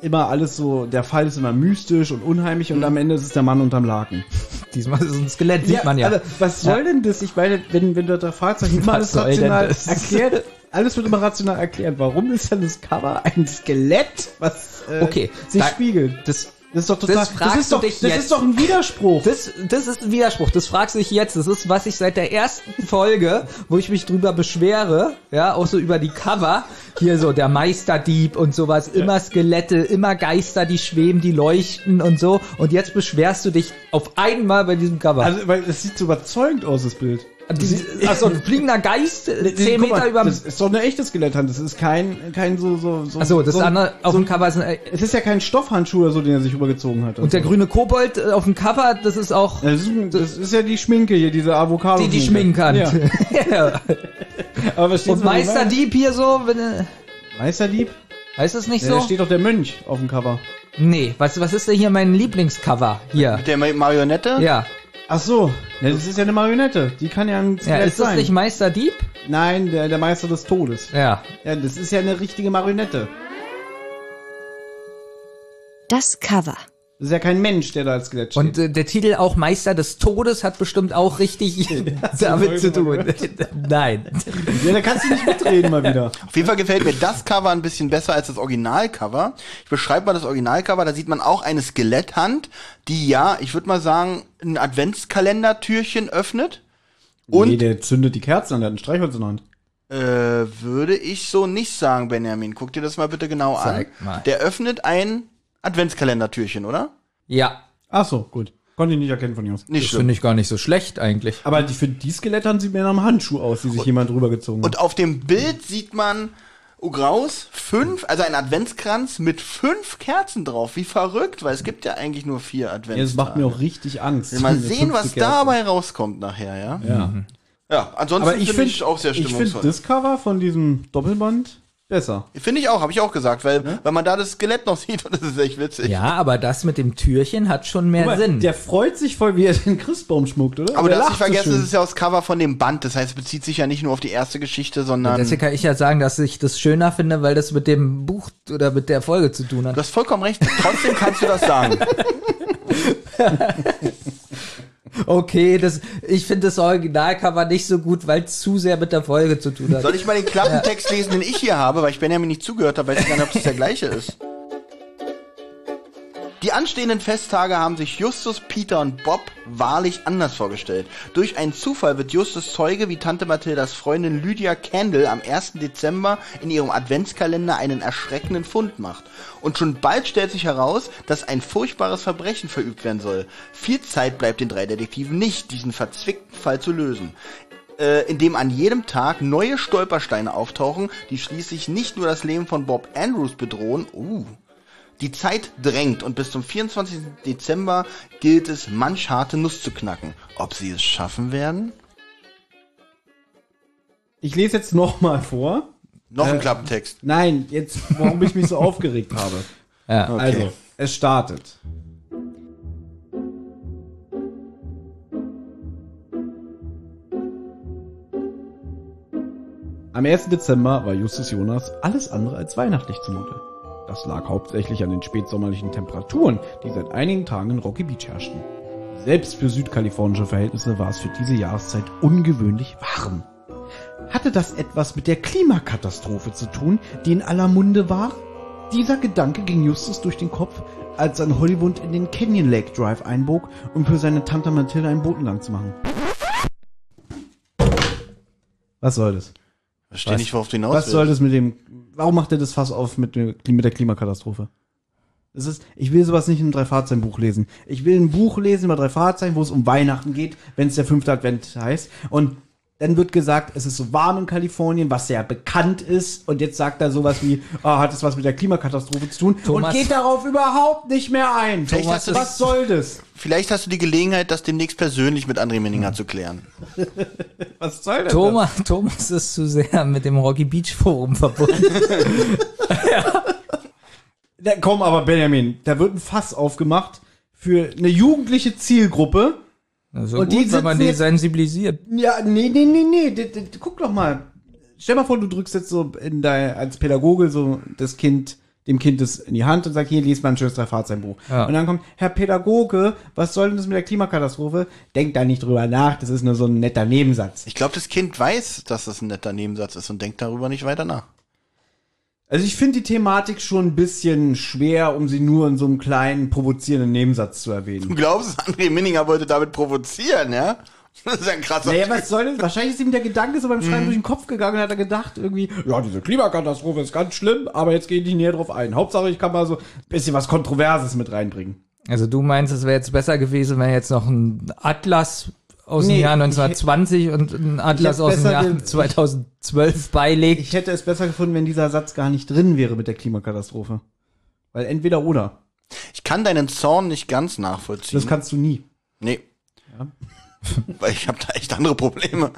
Speaker 2: immer alles so, der Fall ist immer mystisch und unheimlich
Speaker 4: Mhm.
Speaker 2: und am Ende ist es der Mann unterm Laken.
Speaker 4: Diesmal ist es ein Skelett, sieht man ja.
Speaker 2: Also, was soll denn das? Ich meine, wenn, wenn du drei Fragezeichen immer
Speaker 4: Was
Speaker 2: alles
Speaker 4: soll denn
Speaker 2: rational
Speaker 4: das?
Speaker 2: erklärt, alles wird immer rational erklärt. Warum ist denn das Cover ein Skelett, was äh,
Speaker 4: Okay,
Speaker 2: sich
Speaker 4: da-
Speaker 2: spiegelt?
Speaker 4: das,
Speaker 2: Das ist doch total,
Speaker 4: Das fragst
Speaker 2: ist
Speaker 4: du
Speaker 2: doch,
Speaker 4: dich
Speaker 2: das
Speaker 4: jetzt.
Speaker 2: ist doch ein Widerspruch.
Speaker 4: das, das ist ein Widerspruch. Das fragst du dich jetzt. Das ist, was ich seit der ersten Folge, wo ich mich drüber beschwere, ja, auch so über die Cover, hier so der Meisterdieb und sowas, immer Skelette, immer Geister, die schweben, die leuchten und so. Und jetzt beschwerst du dich auf einmal bei diesem Cover.
Speaker 2: also, weil es sieht so überzeugend aus, das Bild.
Speaker 4: Die- Ach so, ein fliegender Geist, äh,
Speaker 2: Nee,
Speaker 4: zehn
Speaker 2: guck mal,
Speaker 4: Meter über
Speaker 2: Das ist doch eine echte Skeletthand. Das ist kein, kein so, so, so.
Speaker 4: Achso, das
Speaker 2: so,
Speaker 4: andere auf dem Cover ist ein,
Speaker 2: Es ist ja kein Stoffhandschuh oder so, den er sich übergezogen hat.
Speaker 4: und der
Speaker 2: so.
Speaker 4: grüne Kobold äh, auf dem Cover, das ist auch
Speaker 2: das ist, ein- das ist ja die Schminke hier, diese Avocado.
Speaker 4: die, die schminken kann.
Speaker 2: Ja.
Speaker 4: Ja.
Speaker 2: Aber was steht
Speaker 4: Und
Speaker 2: so dabei?
Speaker 4: Meisterdieb hier so, wenn, äh,
Speaker 2: Meisterdieb?
Speaker 4: heißt das nicht
Speaker 2: Ja, Da
Speaker 4: so?
Speaker 2: steht doch der Mönch auf dem Cover.
Speaker 4: Nee, was, was ist denn hier mein Lieblingscover? Hier.
Speaker 3: Mit der Ma- Marionette?
Speaker 4: Ja.
Speaker 2: Ach so, ja, das ist ja eine Marionette. Die kann ja ein
Speaker 4: ja
Speaker 2: Skelett
Speaker 4: ist das
Speaker 2: sein.
Speaker 4: nicht Meisterdieb?
Speaker 2: Nein, der, der Meister des Todes.
Speaker 4: Ja.
Speaker 2: Ja, das ist ja eine richtige Marionette.
Speaker 1: Das Cover.
Speaker 2: Das ist ja kein Mensch, der da als Skelett steht.
Speaker 4: Und äh, der Titel auch Meister des Todes hat bestimmt auch richtig damit zu tun. Nein.
Speaker 2: ja, da kannst du nicht mitreden mal wieder.
Speaker 3: Auf jeden Fall gefällt mir das Cover ein bisschen besser als das Originalcover. Ich beschreibe mal das Originalcover, da sieht man auch eine Skeletthand, die ja, ich würde mal sagen, ein Adventskalendertürchen öffnet. Und
Speaker 2: nee, der zündet die Kerzen an, der hat ein Streichholz in der Hand.
Speaker 3: äh, würde ich so nicht sagen, Benjamin. Guck dir das mal bitte genau
Speaker 4: Zeig
Speaker 3: an.
Speaker 4: mal.
Speaker 3: Der öffnet ein Adventskalendertürchen, oder?
Speaker 4: Ja.
Speaker 2: Ach so, gut. Konnte ich nicht erkennen von ihm aus.
Speaker 3: Nicht
Speaker 4: Das
Speaker 3: schlimm.
Speaker 4: finde ich gar nicht so schlecht eigentlich.
Speaker 2: Aber die, für die Skelettern sieht mir nach einem Handschuh aus, die sich jemand rübergezogen hat.
Speaker 3: Und auf dem Bild sieht man Ugraus fünf, also ein Adventskranz mit fünf Kerzen drauf. Wie verrückt, weil es gibt ja eigentlich nur vier
Speaker 2: Ja, das macht
Speaker 3: Adventstage.
Speaker 2: mir auch richtig Angst.
Speaker 3: Mal
Speaker 2: Diese
Speaker 3: sehen, was
Speaker 2: fünfte
Speaker 3: dabei rauskommt nachher, ja.
Speaker 2: Kerze. Ja.
Speaker 3: Ja, ansonsten
Speaker 2: Aber ich
Speaker 3: finde
Speaker 2: finde
Speaker 3: ich auch sehr
Speaker 2: Ich finde
Speaker 3: stimmungsvoll.
Speaker 2: das Cover von diesem Doppelband besser.
Speaker 3: Finde ich, auch, habe ich auch gesagt, weil wenn man da das Skelett noch sieht, das ist echt witzig.
Speaker 4: Ja, aber das mit dem Türchen hat schon mehr
Speaker 2: Guck mal,
Speaker 4: Sinn.
Speaker 2: Der freut sich voll, wie er den Christbaum schmuckt, oder?
Speaker 3: Aber
Speaker 2: der
Speaker 3: du hast nicht vergessen,
Speaker 2: so
Speaker 3: es ist ja aus Cover von dem Band. Das heißt, es bezieht sich ja nicht nur auf die erste Geschichte, sondern
Speaker 4: Deswegen kann ich ja sagen, dass ich das schöner finde, weil das mit dem Buch oder mit der Folge zu tun
Speaker 3: du
Speaker 4: hat.
Speaker 3: hast vollkommen recht. Trotzdem kannst du das sagen.
Speaker 4: Okay, das, ich finde das Originalcover nicht so gut, weil es zu sehr mit der Folge zu tun hat.
Speaker 3: Soll ich mal den Klappentext lesen, den ich hier habe, weil ich Benjamin nicht zugehört habe, weil ich gar nicht, ob es der gleiche ist. Die anstehenden Festtage haben sich Justus, Peter und Bob wahrlich anders vorgestellt. Durch einen Zufall wird Justus Zeuge, wie Tante Mathildas Freundin Lydia Candle am 1. Dezember in ihrem Adventskalender einen erschreckenden Fund macht. Und schon bald stellt sich heraus, dass ein furchtbares Verbrechen verübt werden soll. Viel Zeit bleibt den drei Detektiven nicht, diesen verzwickten Fall zu lösen äh, in dem an jedem Tag neue Stolpersteine auftauchen, die schließlich nicht nur das Leben von Bob Andrews bedrohen, uh, die Zeit drängt und bis zum 24. Dezember gilt es, manch harte Nuss zu knacken. Ob sie es schaffen werden?
Speaker 2: Ich lese jetzt nochmal vor.
Speaker 3: Noch ein
Speaker 2: Äh,
Speaker 3: Klappentext.
Speaker 2: Nein, jetzt, warum ich mich so aufgeregt habe.
Speaker 4: Ja.
Speaker 2: Also, es startet. Am 1. Dezember war Justus Jonas alles andere als weihnachtlich zumute. Das lag hauptsächlich an den spätsommerlichen Temperaturen, die seit einigen Tagen in Rocky Beach herrschten. Selbst für südkalifornische Verhältnisse war es für diese Jahreszeit ungewöhnlich warm. Hatte das etwas mit der Klimakatastrophe zu tun, die in aller Munde war? Dieser Gedanke ging Justus durch den Kopf, als er in Hollywood in den Canyon Lake Drive einbog, um für seine Tante Mathilda einen Botengang zu machen. Was soll das?
Speaker 3: Verstehe
Speaker 2: was-
Speaker 3: nicht, worauf du hinaus
Speaker 2: Was
Speaker 3: willst.
Speaker 2: soll das mit dem... Warum macht er das Fass auf mit, dem- mit der Klimakatastrophe? Es ist, ich will sowas nicht in einem Drei-Fahrzeichen-Buch lesen. Ich will ein Buch lesen über drei Fahrzeichen, wo es um Weihnachten geht, wenn es der fünfte Advent heißt. Und Dann wird gesagt, es ist so warm in Kalifornien, was sehr bekannt ist. Und jetzt sagt er sowas wie, ah, hat es was mit der Klimakatastrophe zu tun?
Speaker 4: Thomas-
Speaker 2: und geht darauf überhaupt nicht mehr ein.
Speaker 3: Vielleicht hast du
Speaker 2: was soll das?
Speaker 3: Vielleicht hast du die Gelegenheit, das demnächst persönlich mit André
Speaker 2: Hm.
Speaker 3: Meninger zu klären.
Speaker 2: Was soll das?
Speaker 4: Thomas, Thomas ist zu sehr mit dem Rocky Beach Forum verbunden.
Speaker 2: Da, komm, aber Benjamin, da wird ein Fass aufgemacht für eine jugendliche Zielgruppe.
Speaker 4: So
Speaker 2: Und
Speaker 4: und
Speaker 2: die
Speaker 4: Also gut, wenn man
Speaker 2: sitzen
Speaker 4: die
Speaker 2: jetzt-
Speaker 4: sensibilisiert.
Speaker 2: Ja, nee, nee, nee, nee. D d- d- guck doch mal. Stell mal vor, du drückst jetzt so in dein, als Pädagoge so das Kind, dem Kind das in die Hand und sagst, hier, lies mal ein schönes Dreifahrzeichenbuch.
Speaker 4: Ja.
Speaker 2: Und dann kommt, Herr Pädagoge, was soll denn das mit der Klimakatastrophe? Denk da nicht drüber nach, das ist nur so ein netter Nebensatz.
Speaker 3: Ich glaube, das Kind weiß, dass das ein netter Nebensatz ist und denkt darüber nicht weiter nach.
Speaker 2: Also ich finde die Thematik schon ein bisschen schwer, um sie nur in so einem kleinen, provozierenden Nebensatz zu erwähnen.
Speaker 3: Du glaubst, André Minninger wollte damit provozieren, ja? Das ist ja ein krasser.
Speaker 2: Naja, was soll denn? Wahrscheinlich ist ihm der Gedanke so beim Schreiben durch den Kopf gegangen und hat er gedacht, irgendwie, ja, diese Klimakatastrophe ist ganz schlimm, aber jetzt gehe ich nicht näher drauf ein. Hauptsache, ich kann mal so ein bisschen was Kontroverses mit reinbringen.
Speaker 4: Also du meinst, es wäre jetzt besser gewesen, wenn jetzt noch ein Atlas aus
Speaker 2: Nee,
Speaker 4: dem Jahr
Speaker 2: ich-
Speaker 4: 1920 und ein Atlas aus dem
Speaker 2: besser
Speaker 4: Jahr
Speaker 2: den-
Speaker 4: 2012 beilegt.
Speaker 2: Ich hätte es besser gefunden, wenn dieser Satz gar nicht drin wäre mit der Klimakatastrophe. Weil entweder oder.
Speaker 3: Ich kann deinen Zorn nicht ganz nachvollziehen.
Speaker 2: Das kannst du nie.
Speaker 3: nee. Weil ich habe da echt andere Probleme.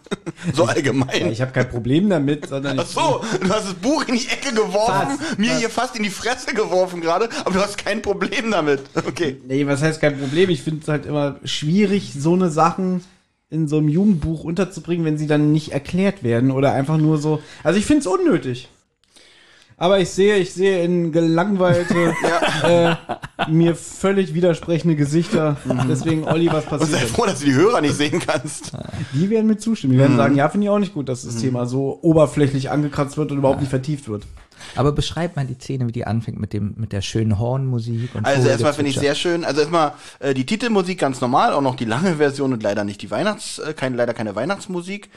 Speaker 3: So allgemein.
Speaker 2: Ich habe kein Problem damit, sondern
Speaker 3: Ach
Speaker 2: ich,
Speaker 3: so, du hast das Buch in die Ecke geworfen,
Speaker 2: Fast.
Speaker 3: mir hier fast in die Fresse geworfen gerade, aber du hast kein Problem damit. Okay.
Speaker 2: nee, was heißt kein Problem? Ich finde es halt immer schwierig, so eine Sachen in so einem Jugendbuch unterzubringen, wenn sie dann nicht erklärt werden oder einfach nur so. Also ich finde es unnötig. Aber ich sehe, ich sehe in gelangweilte, äh, mir völlig widersprechende Gesichter. Deswegen, Olli, Mhm. was
Speaker 3: Und sei
Speaker 2: passiert? denn?
Speaker 3: froh, dass du die Hörer nicht sehen kannst.
Speaker 2: Die werden mir zustimmen. Die werden sagen, ja, finde ich auch nicht gut, dass das Thema so oberflächlich angekratzt wird und überhaupt nicht vertieft wird.
Speaker 4: Aber beschreib mal die Szene, wie die anfängt mit dem mit der schönen Hornmusik und
Speaker 3: Also erstmal finde ich
Speaker 4: Vogelgezwitscher.
Speaker 3: sehr schön. Also erstmal äh, die Titelmusik ganz normal, auch noch die lange Version und leider nicht die Weihnachts, äh, kein, leider keine Weihnachtsmusik.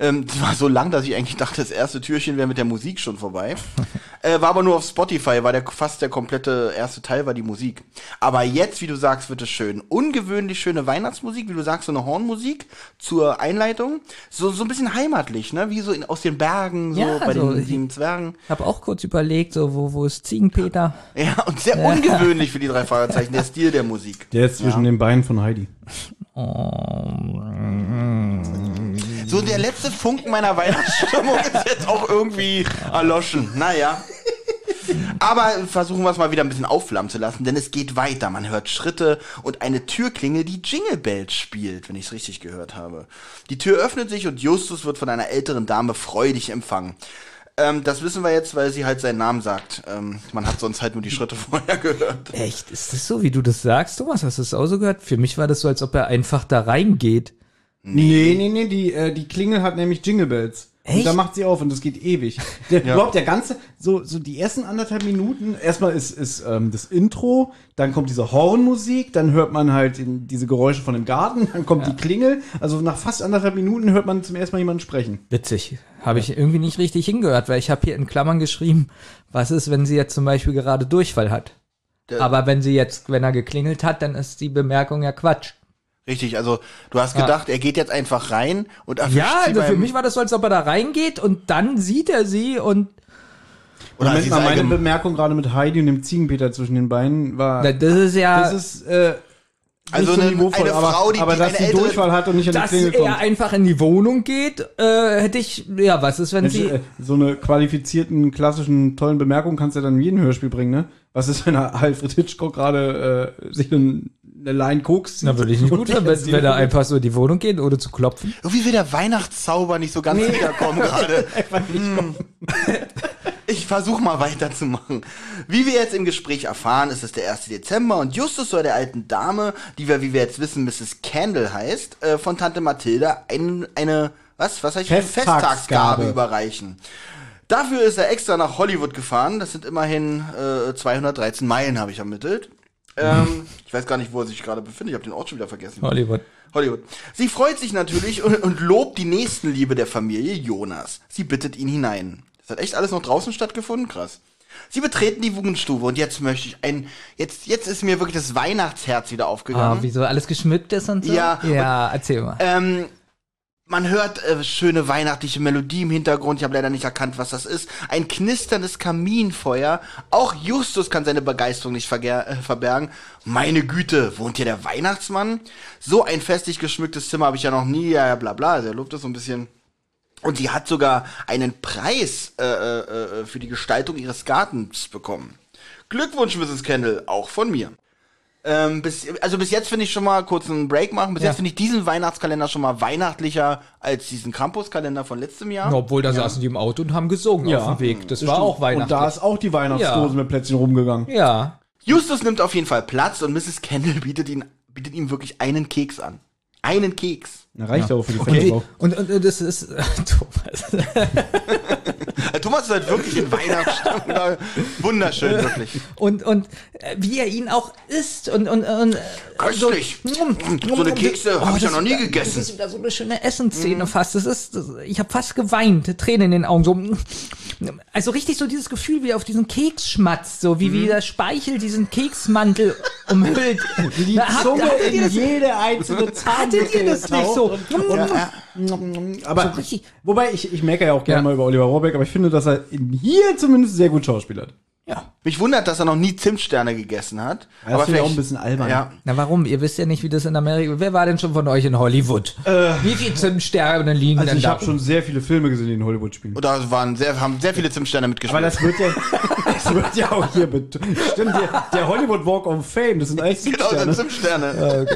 Speaker 3: Ähm, die war so lang, dass ich eigentlich dachte, das erste Türchen wäre mit der Musik schon vorbei. äh, war aber nur auf Spotify, war der fast der komplette erste Teil war die Musik. Aber jetzt, wie du sagst, wird es schön. Ungewöhnlich schöne Weihnachtsmusik, wie du sagst, so eine Hornmusik zur Einleitung. So so ein bisschen heimatlich, ne? Wie so in, aus den Bergen, so
Speaker 4: Ja,
Speaker 3: bei
Speaker 4: so-
Speaker 3: den sieben Zwergen.
Speaker 4: Ich habe auch kurz überlegt, so wo wo ist Ziegenpeter?
Speaker 3: Ja, und sehr ungewöhnlich für die drei Fragezeichen, der Stil der Musik.
Speaker 2: Der ist zwischen den Beinen von Heidi.
Speaker 4: Oh.
Speaker 3: So der letzte Funken meiner Weihnachtsstimmung ist jetzt auch irgendwie erloschen. Naja. Aber versuchen wir es mal wieder ein bisschen aufflammen zu lassen, denn es geht weiter. Man hört Schritte und eine Türklingel, die Jingle Bells spielt, wenn ich es richtig gehört habe. Die Tür öffnet sich und Justus wird von einer älteren Dame freudig empfangen. Ähm, das wissen wir jetzt, weil sie halt seinen Namen sagt. Ähm, man hat sonst halt nur die Schritte vorher gehört.
Speaker 4: Echt, ist das so, wie du das sagst, Thomas? Hast du das auch so gehört? Für mich war das so, als ob er einfach da reingeht.
Speaker 2: Nee, nee, nee, die, äh, die Klingel hat nämlich Jingle Bells. Und
Speaker 4: Echt?
Speaker 2: da macht sie auf und das geht ewig. Der, Überhaupt der ganze, so, so die ersten anderthalb Minuten, erstmal ist, ist ähm, das Intro, dann kommt diese Hornmusik, dann hört man halt in, diese Geräusche von dem Garten, dann kommt die Klingel. Also nach fast anderthalb Minuten hört man zum ersten Mal jemanden sprechen.
Speaker 4: Witzig. Habe ich irgendwie nicht richtig hingehört, weil ich habe hier in Klammern geschrieben, was ist, wenn sie jetzt zum Beispiel gerade Durchfall hat.
Speaker 3: Äh,
Speaker 4: Aber wenn sie jetzt, wenn er geklingelt hat, dann ist die Bemerkung ja Quatsch.
Speaker 3: Richtig, also du hast gedacht, er geht jetzt einfach rein und erwischt
Speaker 4: Ja,
Speaker 3: sie
Speaker 4: also für
Speaker 3: beim-
Speaker 4: mich war das so, als ob er da reingeht und dann sieht er sie und
Speaker 3: Oder
Speaker 2: Moment
Speaker 3: sie
Speaker 2: mal,
Speaker 3: ist
Speaker 2: meine
Speaker 3: allgemein-
Speaker 2: Bemerkung gerade mit Heidi und dem Ziegenpeter zwischen den Beinen war,
Speaker 4: das ist ja,
Speaker 2: das ist, äh,
Speaker 3: Also
Speaker 2: nicht
Speaker 3: eine- eine
Speaker 2: aber,
Speaker 3: Frau, die-
Speaker 2: aber
Speaker 3: die
Speaker 2: dass
Speaker 3: eine
Speaker 2: sie
Speaker 3: ältere-
Speaker 2: Durchfall hat und nicht an die
Speaker 4: dass
Speaker 2: Klingel kommt.
Speaker 4: er einfach in die Wohnung geht, äh, hätte ich, ja, was ist, wenn
Speaker 2: Mensch,
Speaker 4: sie,
Speaker 2: äh, so eine qualifizierten, klassischen, tollen Bemerkung kannst du ja dann in jedem Hörspiel bringen, ne? Was ist, wenn Alfred Hitchcock gerade äh, sich einen, eine Line Koks
Speaker 4: na, würde ich nicht gut finden, wenn, wenn er einfach so in die Wohnung geht, ohne zu klopfen.
Speaker 3: Irgendwie will der Weihnachtszauber nicht so ganz wiederkommen gerade. Hm. Ich versuche mal weiterzumachen. Wie wir jetzt im Gespräch erfahren, ist es der 1. Dezember und Justus soll der alten Dame, die wir, wie wir jetzt wissen, Mrs. Candle heißt, äh, von Tante Mathilda ein, eine, was, was heißt
Speaker 2: Festtagsgabe.
Speaker 3: Festtagsgabe überreichen. Dafür ist er extra nach Hollywood gefahren. Das sind immerhin äh, 213 Meilen, habe ich ermittelt.
Speaker 2: Hm.
Speaker 3: Ähm, ich weiß gar nicht, wo er sich gerade befindet. Ich habe den Ort schon wieder vergessen.
Speaker 4: Hollywood.
Speaker 3: Hollywood. Sie freut sich natürlich und, und lobt die Nächstenliebe der Familie Jonas. Sie bittet ihn hinein. Das hat echt alles noch draußen stattgefunden, krass. Sie betreten die Wohnstube und jetzt möchte ich ein, jetzt, jetzt ist mir wirklich das Weihnachtsherz wieder
Speaker 4: Ah,
Speaker 3: aufgegangen.
Speaker 4: wieso alles geschmückt ist und so?
Speaker 3: Ja.
Speaker 4: Ja, erzähl mal.
Speaker 3: ähm, Man hört äh, schöne weihnachtliche Melodie im Hintergrund. Ich habe leider nicht erkannt, was das ist. Ein knisterndes Kaminfeuer. Auch Justus kann seine Begeisterung nicht verger- äh, verbergen. Meine Güte, wohnt hier der Weihnachtsmann? So ein festlich geschmücktes Zimmer habe ich ja noch nie. Ja, ja, bla bla. Der lobt das so ein bisschen. Und sie hat sogar einen Preis äh, äh, äh, für die Gestaltung ihres Gartens bekommen. Glückwunsch, Mrs. Kendall, auch von mir. Ähm, bis, also bis jetzt finde ich schon mal kurz einen Break machen. Bis
Speaker 4: Ja.
Speaker 3: jetzt finde ich diesen Weihnachtskalender schon mal weihnachtlicher als diesen Campuskalender von letztem Jahr.
Speaker 4: Na, Obwohl, da saßen die im Auto und haben gesungen
Speaker 2: Ja.
Speaker 4: auf dem Weg. Das, war auch Weihnachten.
Speaker 2: Und da ist auch die Weihnachtsdose
Speaker 4: Ja.
Speaker 2: mit Plätzchen rumgegangen.
Speaker 4: ja.
Speaker 3: Justus nimmt auf jeden Fall Platz und Mrs. Kendall bietet, ihn, bietet ihm wirklich einen Keks an. Einen Keks.
Speaker 2: Na, reicht ja auch für die
Speaker 4: Und,
Speaker 2: Fenster.
Speaker 4: und, und, und das ist Thomas.
Speaker 3: Äh, Thomas ist halt wirklich in Weihnachtsstimmung. Wunderschön, wirklich.
Speaker 4: Und, und äh, wie er ihn auch isst und, und, und äh, oh,
Speaker 3: Köstlich. Mm, So eine Kekse hab ich ja
Speaker 4: mm, das-
Speaker 3: noch nie
Speaker 4: Das
Speaker 3: gegessen. Mm.
Speaker 4: ist wieder so eine schöne Essensszene fast. Das ist, das, ich habe fast geweint, Tränen in den Augen. So, mm. also richtig so dieses Gefühl, wie er auf diesen Keks schmatzt, so wie,
Speaker 3: Mhm.
Speaker 4: wie der Speichel diesen Keksmantel umhüllt.
Speaker 2: Die
Speaker 4: Na, habt-
Speaker 2: Zunge
Speaker 4: hattet ihr
Speaker 2: in
Speaker 4: das-
Speaker 2: jede einzelne Zahnlücke
Speaker 4: Hattet ihr das nicht so? Mm.
Speaker 2: getaucht und-
Speaker 4: Ja,
Speaker 2: Aber,
Speaker 4: So richtig-
Speaker 2: wobei, ich, ich meckere ja auch gerne
Speaker 4: Ja.
Speaker 2: mal über Oliver Rohrbeck, aber ich finde, dass er in hier zumindest sehr gut schauspielert.
Speaker 4: Ja.
Speaker 3: Mich wundert, dass er noch nie Zimtsterne gegessen hat.
Speaker 2: Das finde ich
Speaker 3: aber vielleicht
Speaker 2: auch ein bisschen albern.
Speaker 3: Ja.
Speaker 4: Na warum? Ihr wisst ja nicht, wie das in Amerika. Wer war denn schon von euch in Hollywood? wie viele Zimtsterne liegen
Speaker 2: Äh. Also
Speaker 4: denn
Speaker 2: ich
Speaker 4: da?
Speaker 2: habe schon sehr viele Filme gesehen, die in Hollywood spielen.
Speaker 3: Oder es waren sehr, haben sehr viele Zimtsterne
Speaker 2: Aber
Speaker 3: mitgespielt.
Speaker 2: das wird ja, das wird ja auch hier betont. Stimmt, der, der Hollywood Walk of Fame, das sind eigentlich
Speaker 3: genau,
Speaker 2: Sterne.
Speaker 3: sind Zimtsterne.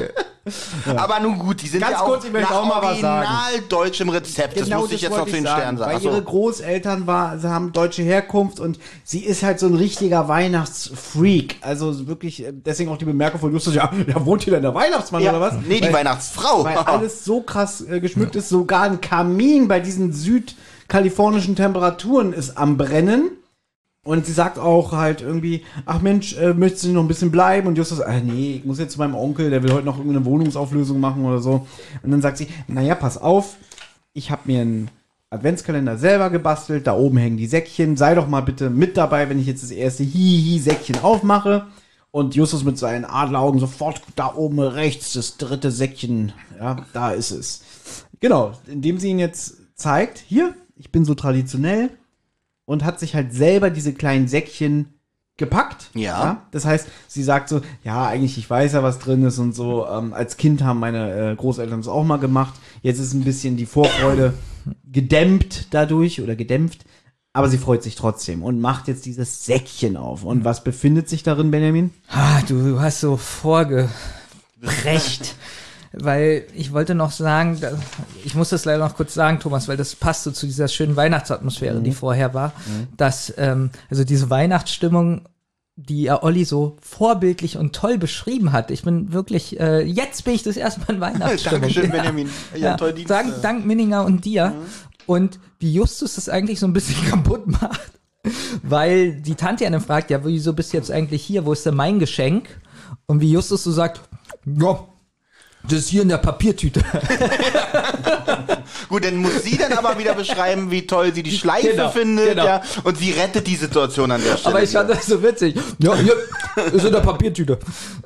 Speaker 3: Aber nun gut, die sind
Speaker 2: Ganz
Speaker 3: ja auch
Speaker 2: kurz, ich möchte
Speaker 3: nach
Speaker 2: auch mal was sagen. Genau
Speaker 3: original deutschem Rezept. das musste ich jetzt noch
Speaker 2: wollte
Speaker 3: zu den
Speaker 2: sagen,
Speaker 3: Sternen sagen.
Speaker 2: Weil ihre
Speaker 3: Achso.
Speaker 2: Großeltern war, sie haben deutsche Herkunft und sie ist halt so ein richtiger Weihnachtsfreak. Also wirklich, äh, deswegen auch die Bemerkung von Justus, ja, ja wohnt hier denn der Weihnachtsmann
Speaker 3: Ja.
Speaker 2: oder was?
Speaker 3: Nee, die
Speaker 2: weil,
Speaker 3: Weihnachtsfrau.
Speaker 2: Weil alles so krass äh, geschmückt ist, sogar ein Kamin bei diesen südkalifornischen Temperaturen ist am Brennen. Und sie sagt auch halt irgendwie, ach Mensch, äh, möchtest du noch ein bisschen bleiben? Und Justus, ah nee, ich muss jetzt zu meinem Onkel, der will heute noch irgendeine Wohnungsauflösung machen oder so. Und dann sagt sie, naja, pass auf, ich habe mir einen Adventskalender selber gebastelt, da oben hängen die Säckchen, sei doch mal bitte mit dabei, wenn ich jetzt das erste Hihi-Säckchen aufmache. Und Justus mit seinen Adleraugen sofort da oben rechts, das dritte Säckchen, ja, da ist es. Genau, indem sie ihn jetzt zeigt, hier, ich bin so traditionell und hat sich halt selber diese kleinen Säckchen gepackt.
Speaker 3: Ja.
Speaker 2: Das heißt, sie sagt so, ja, eigentlich, ich weiß ja, was drin ist und so. Ähm, als Kind haben meine äh, Großeltern das auch mal gemacht. Jetzt ist ein bisschen die Vorfreude gedämmt dadurch oder gedämpft. Aber sie freut sich trotzdem und macht jetzt dieses Säckchen auf. Und was befindet sich darin, Benjamin?
Speaker 4: Ah, du hast so vorgebrecht. weil ich wollte noch sagen, da- ich muss das leider noch kurz sagen, Thomas, weil das passt so zu dieser schönen Weihnachtsatmosphäre,
Speaker 2: Mhm.
Speaker 4: die vorher war, dass ähm, also diese Weihnachtsstimmung, die ja Olli so vorbildlich und toll beschrieben hat. Ich bin wirklich, äh, jetzt bin ich das erste Mal in Weihnachtsstimmung.
Speaker 3: Dankeschön, Benjamin. Ja, toll Dienst.
Speaker 4: dank, dank Minninger und dir. Und wie Justus das eigentlich so ein bisschen kaputt macht. Weil die Tante ja dann fragt, ja, wieso bist du jetzt eigentlich hier? Wo ist denn mein Geschenk? Und wie Justus so sagt, ja, das ist hier in der Papiertüte.
Speaker 3: Gut, dann muss sie dann aber wieder beschreiben, wie toll sie die Schleife
Speaker 4: Genau,
Speaker 3: findet,
Speaker 4: genau.
Speaker 3: ja. Und sie rettet die Situation an der Stelle.
Speaker 4: Aber ich fand das so witzig. Ja, hier ist in der Papiertüte.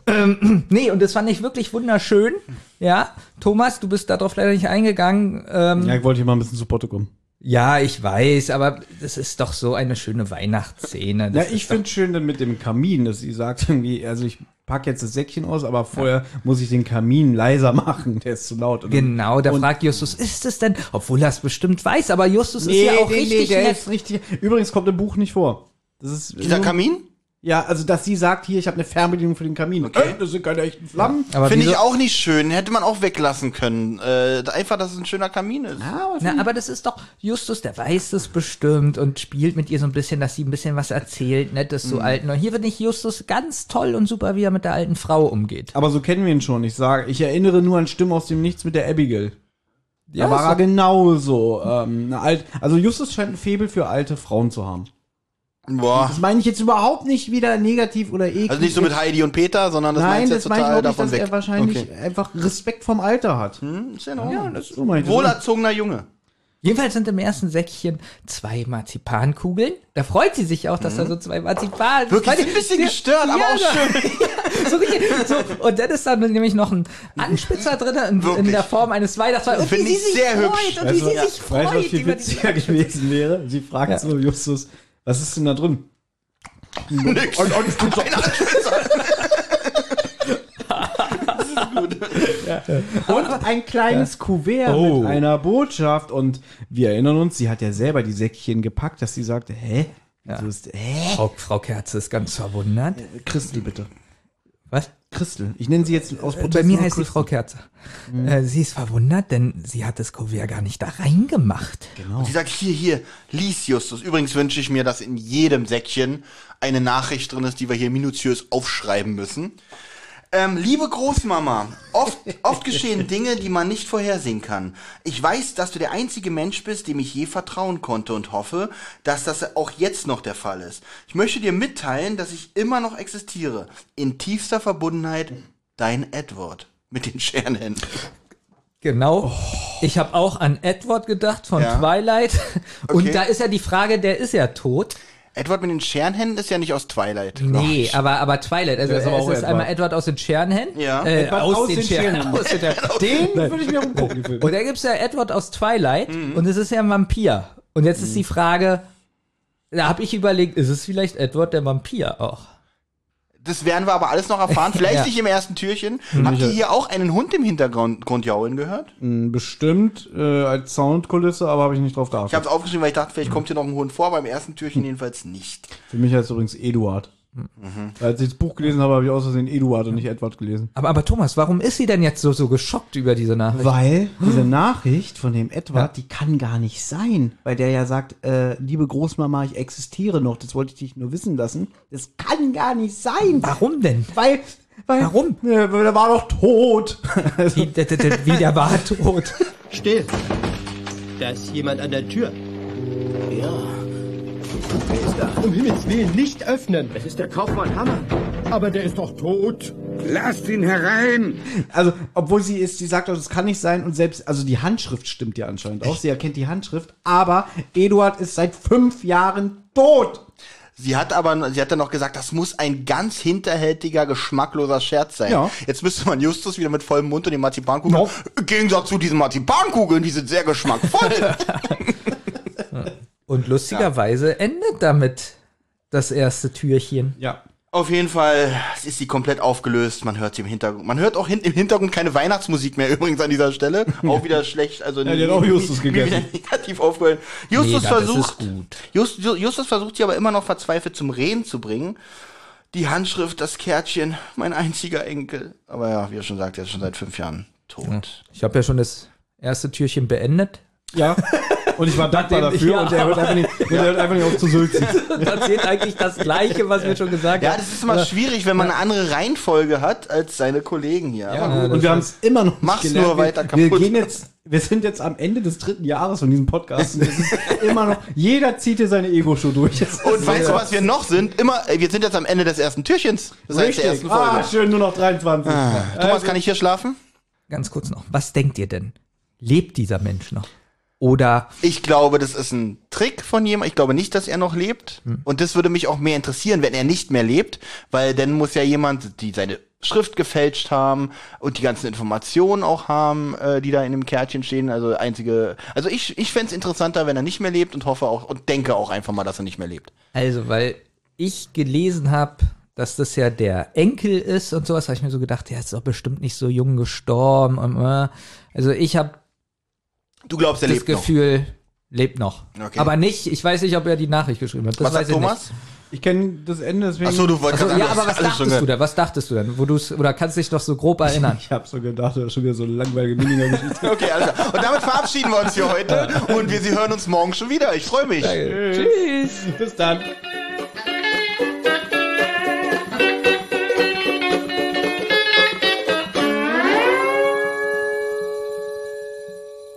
Speaker 4: Ähm, nee, und das fand ich wirklich wunderschön. Ja, Thomas, du bist darauf leider nicht eingegangen. Ähm,
Speaker 2: Ja, ich wollte hier mal ein bisschen zu Potte kommen.
Speaker 4: ja, ich weiß, aber das ist doch so eine schöne Weihnachtsszene.
Speaker 2: Ja,
Speaker 4: Das
Speaker 2: ich
Speaker 4: ist doch-
Speaker 2: finde schön dann mit dem Kamin, dass sie sagt irgendwie, also ich pack jetzt das Säckchen aus, aber vorher muss ich den Kamin leiser machen, der ist zu laut. Und dann-
Speaker 4: Genau, da
Speaker 2: Und-
Speaker 4: fragt Justus, ist es denn? Obwohl er es bestimmt weiß, aber Justus
Speaker 2: Nee,
Speaker 4: ist ja auch
Speaker 2: nee, nee,
Speaker 4: richtig
Speaker 2: der
Speaker 4: nett.
Speaker 2: ist richtig. Übrigens kommt im Buch nicht vor. Das ist
Speaker 3: Dieser
Speaker 2: nur-
Speaker 3: Kamin?
Speaker 2: Ja, also dass sie sagt, hier, ich habe eine Fernbedienung für den Kamin.
Speaker 3: Okay.
Speaker 2: Äh, das sind keine echten Flammen.
Speaker 4: Aber
Speaker 3: Finde ich
Speaker 4: wieso-
Speaker 3: auch nicht schön. Hätte man auch weglassen können. Äh, einfach, dass es ein schöner Kamin ist.
Speaker 4: Na, aber das ist doch Justus, der weiß das bestimmt und spielt mit ihr so ein bisschen, dass sie ein bisschen was erzählt, nettes
Speaker 3: Mhm.
Speaker 4: zu alten. Und hier finde ich Justus ganz toll und super, wie er mit der alten Frau umgeht.
Speaker 2: Aber so kennen wir ihn schon. Ich sage, ich erinnere nur an Stimmen aus dem Nichts mit der Abigail. Da
Speaker 4: Ja,
Speaker 2: war
Speaker 4: so-
Speaker 2: er genauso. Ähm, eine alt, also Justus scheint ein Faible für alte Frauen zu haben.
Speaker 3: Boah.
Speaker 2: Das meine ich jetzt überhaupt nicht wieder negativ oder eklig.
Speaker 3: Also nicht so mit Heidi und Peter, sondern das
Speaker 2: Nein,
Speaker 3: meinst du
Speaker 2: das
Speaker 3: jetzt
Speaker 2: meine ich
Speaker 3: total
Speaker 2: auch nicht,
Speaker 3: davon
Speaker 2: dass
Speaker 3: weg.
Speaker 2: er wahrscheinlich
Speaker 3: Okay.
Speaker 2: einfach Respekt vom Alter hat.
Speaker 3: Hm, ist ja in Ordnung.
Speaker 2: das so meine ich das.
Speaker 3: Wohlerzogener Junge.
Speaker 4: Jedenfalls sind im ersten Säckchen zwei Marzipankugeln. Da freut sie sich auch, dass da so zwei Marzipan.
Speaker 3: Mhm. Wirklich
Speaker 4: Freut-
Speaker 3: ein bisschen
Speaker 4: Ja,
Speaker 3: gestört, aber
Speaker 4: ja,
Speaker 3: auch schön.
Speaker 4: So richtig, so, und dann ist da nämlich noch ein Anspitzer drin in, in
Speaker 3: Wirklich.
Speaker 4: der Form eines Weihnachtsmanns. Und wie
Speaker 3: Find
Speaker 4: sie
Speaker 3: ich
Speaker 4: sich
Speaker 3: sehr
Speaker 4: freut
Speaker 3: hübsch. Also,
Speaker 4: und
Speaker 2: Weißt
Speaker 4: wie
Speaker 2: du,
Speaker 4: sie
Speaker 2: Also, ja,
Speaker 4: sich
Speaker 2: weißt du, was
Speaker 4: freut.
Speaker 2: viel
Speaker 4: über
Speaker 2: witziger gewesen wäre? Sie fragt so Justus, was ist denn da drin?
Speaker 3: Nix. Und, und,
Speaker 2: Und ein kleines Kuvert
Speaker 4: Oh.
Speaker 2: mit einer Botschaft. Und wir erinnern uns, sie hat ja selber die Säckchen gepackt, dass sie sagte, hä? Wieso ist, hä?
Speaker 4: Frau, Frau Kerze ist ganz verwundert.
Speaker 2: Christel, bitte.
Speaker 4: Was?
Speaker 2: Christel. Ich nenne sie jetzt
Speaker 3: Äh,
Speaker 2: aus Protest.
Speaker 4: Bei mir
Speaker 2: nur
Speaker 4: heißt sie
Speaker 2: Christel.
Speaker 4: Frau Kerze. Äh, sie ist verwundert, denn sie hat das Kuvert gar nicht da reingemacht.
Speaker 3: und sie sagt, hier, hier, lies Justus. Übrigens wünsche ich mir, dass in jedem Säckchen eine Nachricht drin ist, die wir hier minutiös aufschreiben müssen. Ähm, liebe Großmama, oft, oft geschehen Dinge, die man nicht vorhersehen kann. Ich weiß, dass du der einzige Mensch bist, dem ich je vertrauen konnte und hoffe, dass das auch jetzt noch der Fall ist. Ich möchte dir mitteilen, dass ich immer noch existiere. In tiefster Verbundenheit, dein Edward. Mit den Schernen.
Speaker 4: Genau. Ich habe auch an Edward gedacht von
Speaker 3: Ja.
Speaker 4: Twilight. Und
Speaker 3: Okay.
Speaker 4: da ist ja die Frage, der ist ja tot.
Speaker 3: Edward mit den Scherenhänden ist ja nicht aus Twilight.
Speaker 4: Nee, aber, aber Twilight, also
Speaker 2: Der
Speaker 4: es
Speaker 2: ist aber auch
Speaker 4: ist
Speaker 2: Edward.
Speaker 4: einmal Edward aus den Scherenhänden.
Speaker 3: Ja.
Speaker 4: Äh,
Speaker 2: Edward
Speaker 4: aus, den Scherenhänden. Aus den Scherenhänden.
Speaker 2: Den würde ich mir umgucken. den Film.
Speaker 4: Und da gibt's ja Edward aus Twilight und es ist ja ein Vampir. Und jetzt ist die Frage, da habe ich überlegt, ist es vielleicht Edward der Vampir auch?
Speaker 3: Das werden wir aber alles noch erfahren. Vielleicht
Speaker 4: Ja.
Speaker 3: nicht im ersten Türchen. Habt ihr hier auch einen Hund im Hintergrund Grund jaulen gehört?
Speaker 2: Bestimmt äh, als Soundkulisse, aber habe ich nicht drauf
Speaker 3: Ich habe
Speaker 2: geachtet.
Speaker 3: es aufgeschrieben, weil ich dachte, vielleicht kommt hier noch ein Hund vor. Beim ersten Türchen jedenfalls nicht.
Speaker 2: Für mich heißt es übrigens Eduard.
Speaker 4: Mhm.
Speaker 2: Als ich das Buch gelesen habe, habe ich aus Versehen Eduard und nicht Edward gelesen.
Speaker 4: Aber, aber Thomas, warum ist sie denn jetzt so, so geschockt über diese Nachricht?
Speaker 2: Weil diese Nachricht von dem Edward, die kann gar nicht sein, weil der ja sagt, äh, liebe Großmama, ich existiere noch, das wollte ich dich nur wissen lassen. Das kann gar nicht sein.
Speaker 4: Warum denn?
Speaker 2: Weil, weil
Speaker 4: Warum?
Speaker 2: Ja, weil der war doch tot. Also,
Speaker 4: Wie, d- d- d- wie der war tot.
Speaker 5: Still. Da ist jemand an der Tür.
Speaker 6: Ja. Wer ist da?
Speaker 5: Um Himmels Willen nicht öffnen.
Speaker 6: Es ist der Kaufmann Hammer.
Speaker 5: Aber der ist doch tot.
Speaker 7: Lasst ihn herein!
Speaker 2: Also, obwohl sie ist, sie sagt auch, das kann nicht sein und selbst, also die Handschrift stimmt ja anscheinend auch. Sie erkennt die Handschrift, aber Eduard ist seit fünf Jahren tot.
Speaker 3: Sie hat aber, sie hat dann noch gesagt, das muss ein ganz hinterhältiger, geschmackloser Scherz sein.
Speaker 2: Ja.
Speaker 3: Jetzt müsste man Justus wieder mit vollem Mund und den Marzipankugeln. Im Gegensatz zu diesen Marzipankugeln, die sind sehr geschmackvoll.
Speaker 4: Und lustigerweise endet damit das erste Türchen.
Speaker 2: Ja.
Speaker 3: Auf jeden Fall es ist sie komplett aufgelöst. Man hört sie im Hintergrund. Man hört auch hin, im Hintergrund keine Weihnachtsmusik mehr übrigens an dieser Stelle. Auch wieder schlecht. Also
Speaker 2: die hat auch Justus
Speaker 3: mir wieder
Speaker 2: gegessen.
Speaker 3: negativ aufgehört. Justus
Speaker 4: Nee, das ist
Speaker 3: versucht.
Speaker 4: gut.
Speaker 3: Just, Ju- Justus versucht sie aber immer noch verzweifelt zum Reden zu bringen. Die Handschrift, das Kärtchen, mein einziger Enkel. Aber ja, wie er schon sagt, er ist schon seit fünf Jahren tot.
Speaker 4: Ich habe ja schon das erste Türchen beendet.
Speaker 2: Ja. Und ich war dankbar
Speaker 4: Nachdem-
Speaker 2: dafür
Speaker 4: ja,
Speaker 2: und er hört einfach nicht, und er hört einfach nicht auf zu sülzen.
Speaker 4: Da erzählt eigentlich das Gleiche, was wir schon gesagt
Speaker 3: Ja,
Speaker 4: haben.
Speaker 3: das ist immer schwierig, wenn man eine andere Reihenfolge hat als seine Kollegen hier. Aber
Speaker 4: Ja,
Speaker 2: Und wir haben es immer noch nicht
Speaker 3: halt- Mach's
Speaker 2: gelernt.
Speaker 3: nur weiter
Speaker 2: wir, wir
Speaker 3: kaputt.
Speaker 2: gehen jetzt, wir sind jetzt am Ende des dritten Jahres von diesem Podcast. Und es ist immer noch, jeder zieht hier seine Ego-Show durch. Das
Speaker 3: Und
Speaker 2: ist
Speaker 3: weißt du,
Speaker 2: so-
Speaker 3: was wir noch sind? Immer, äh, wir sind jetzt am Ende des ersten Türchens. Das heißt, der ersten
Speaker 2: Richtig.
Speaker 3: Folge. Ah.
Speaker 2: Ah, schön, nur noch Äh, 23.
Speaker 3: Thomas, kann ich hier schlafen?
Speaker 4: Ganz kurz noch. Was denkt ihr denn? Lebt dieser Mensch noch? Oder
Speaker 3: Ich glaube, das ist ein Trick von jemandem. Ich glaube nicht, dass er noch lebt.
Speaker 4: Hm.
Speaker 3: Und das würde mich auch mehr interessieren, wenn er nicht mehr lebt, weil dann muss ja jemand, die seine Schrift gefälscht haben und die ganzen Informationen auch haben, äh, die da in dem Kärtchen stehen. Also einzige. Also ich, ich fänd's interessanter, wenn er nicht mehr lebt und hoffe auch und denke auch einfach mal, dass er nicht mehr lebt.
Speaker 4: Also, weil ich gelesen habe, dass das ja der Enkel ist und sowas, habe ich mir so gedacht, der ist doch bestimmt nicht so jung gestorben. Und, äh. Also ich habe
Speaker 3: Du glaubst, er
Speaker 4: das
Speaker 3: lebt
Speaker 4: Gefühl, lebt noch.
Speaker 3: Okay.
Speaker 4: Aber nicht, ich weiß nicht, ob er die Nachricht geschrieben hat. Das
Speaker 3: noch. Was
Speaker 4: weiß
Speaker 3: sagt
Speaker 4: ich
Speaker 3: Thomas?
Speaker 2: Ich kenne das Ende, deswegen.
Speaker 3: Achso, du wolltest
Speaker 4: Nicht. Also,
Speaker 3: gerade
Speaker 4: ja,
Speaker 3: sagen, du
Speaker 4: aber was
Speaker 3: hast alles schon
Speaker 4: dachtest du
Speaker 3: gehört.
Speaker 4: da? Was dachtest du denn? Wo du's, oder kannst dich noch so grob erinnern?
Speaker 2: Ich habe so gedacht, das ist schon wieder so eine langweilige Miniger-Geschichte.
Speaker 3: Okay, alles klar. Und damit verabschieden wir uns hier heute und wir sie hören uns morgen schon wieder. Ich freue mich.
Speaker 2: Bis dann.
Speaker 1: Ihr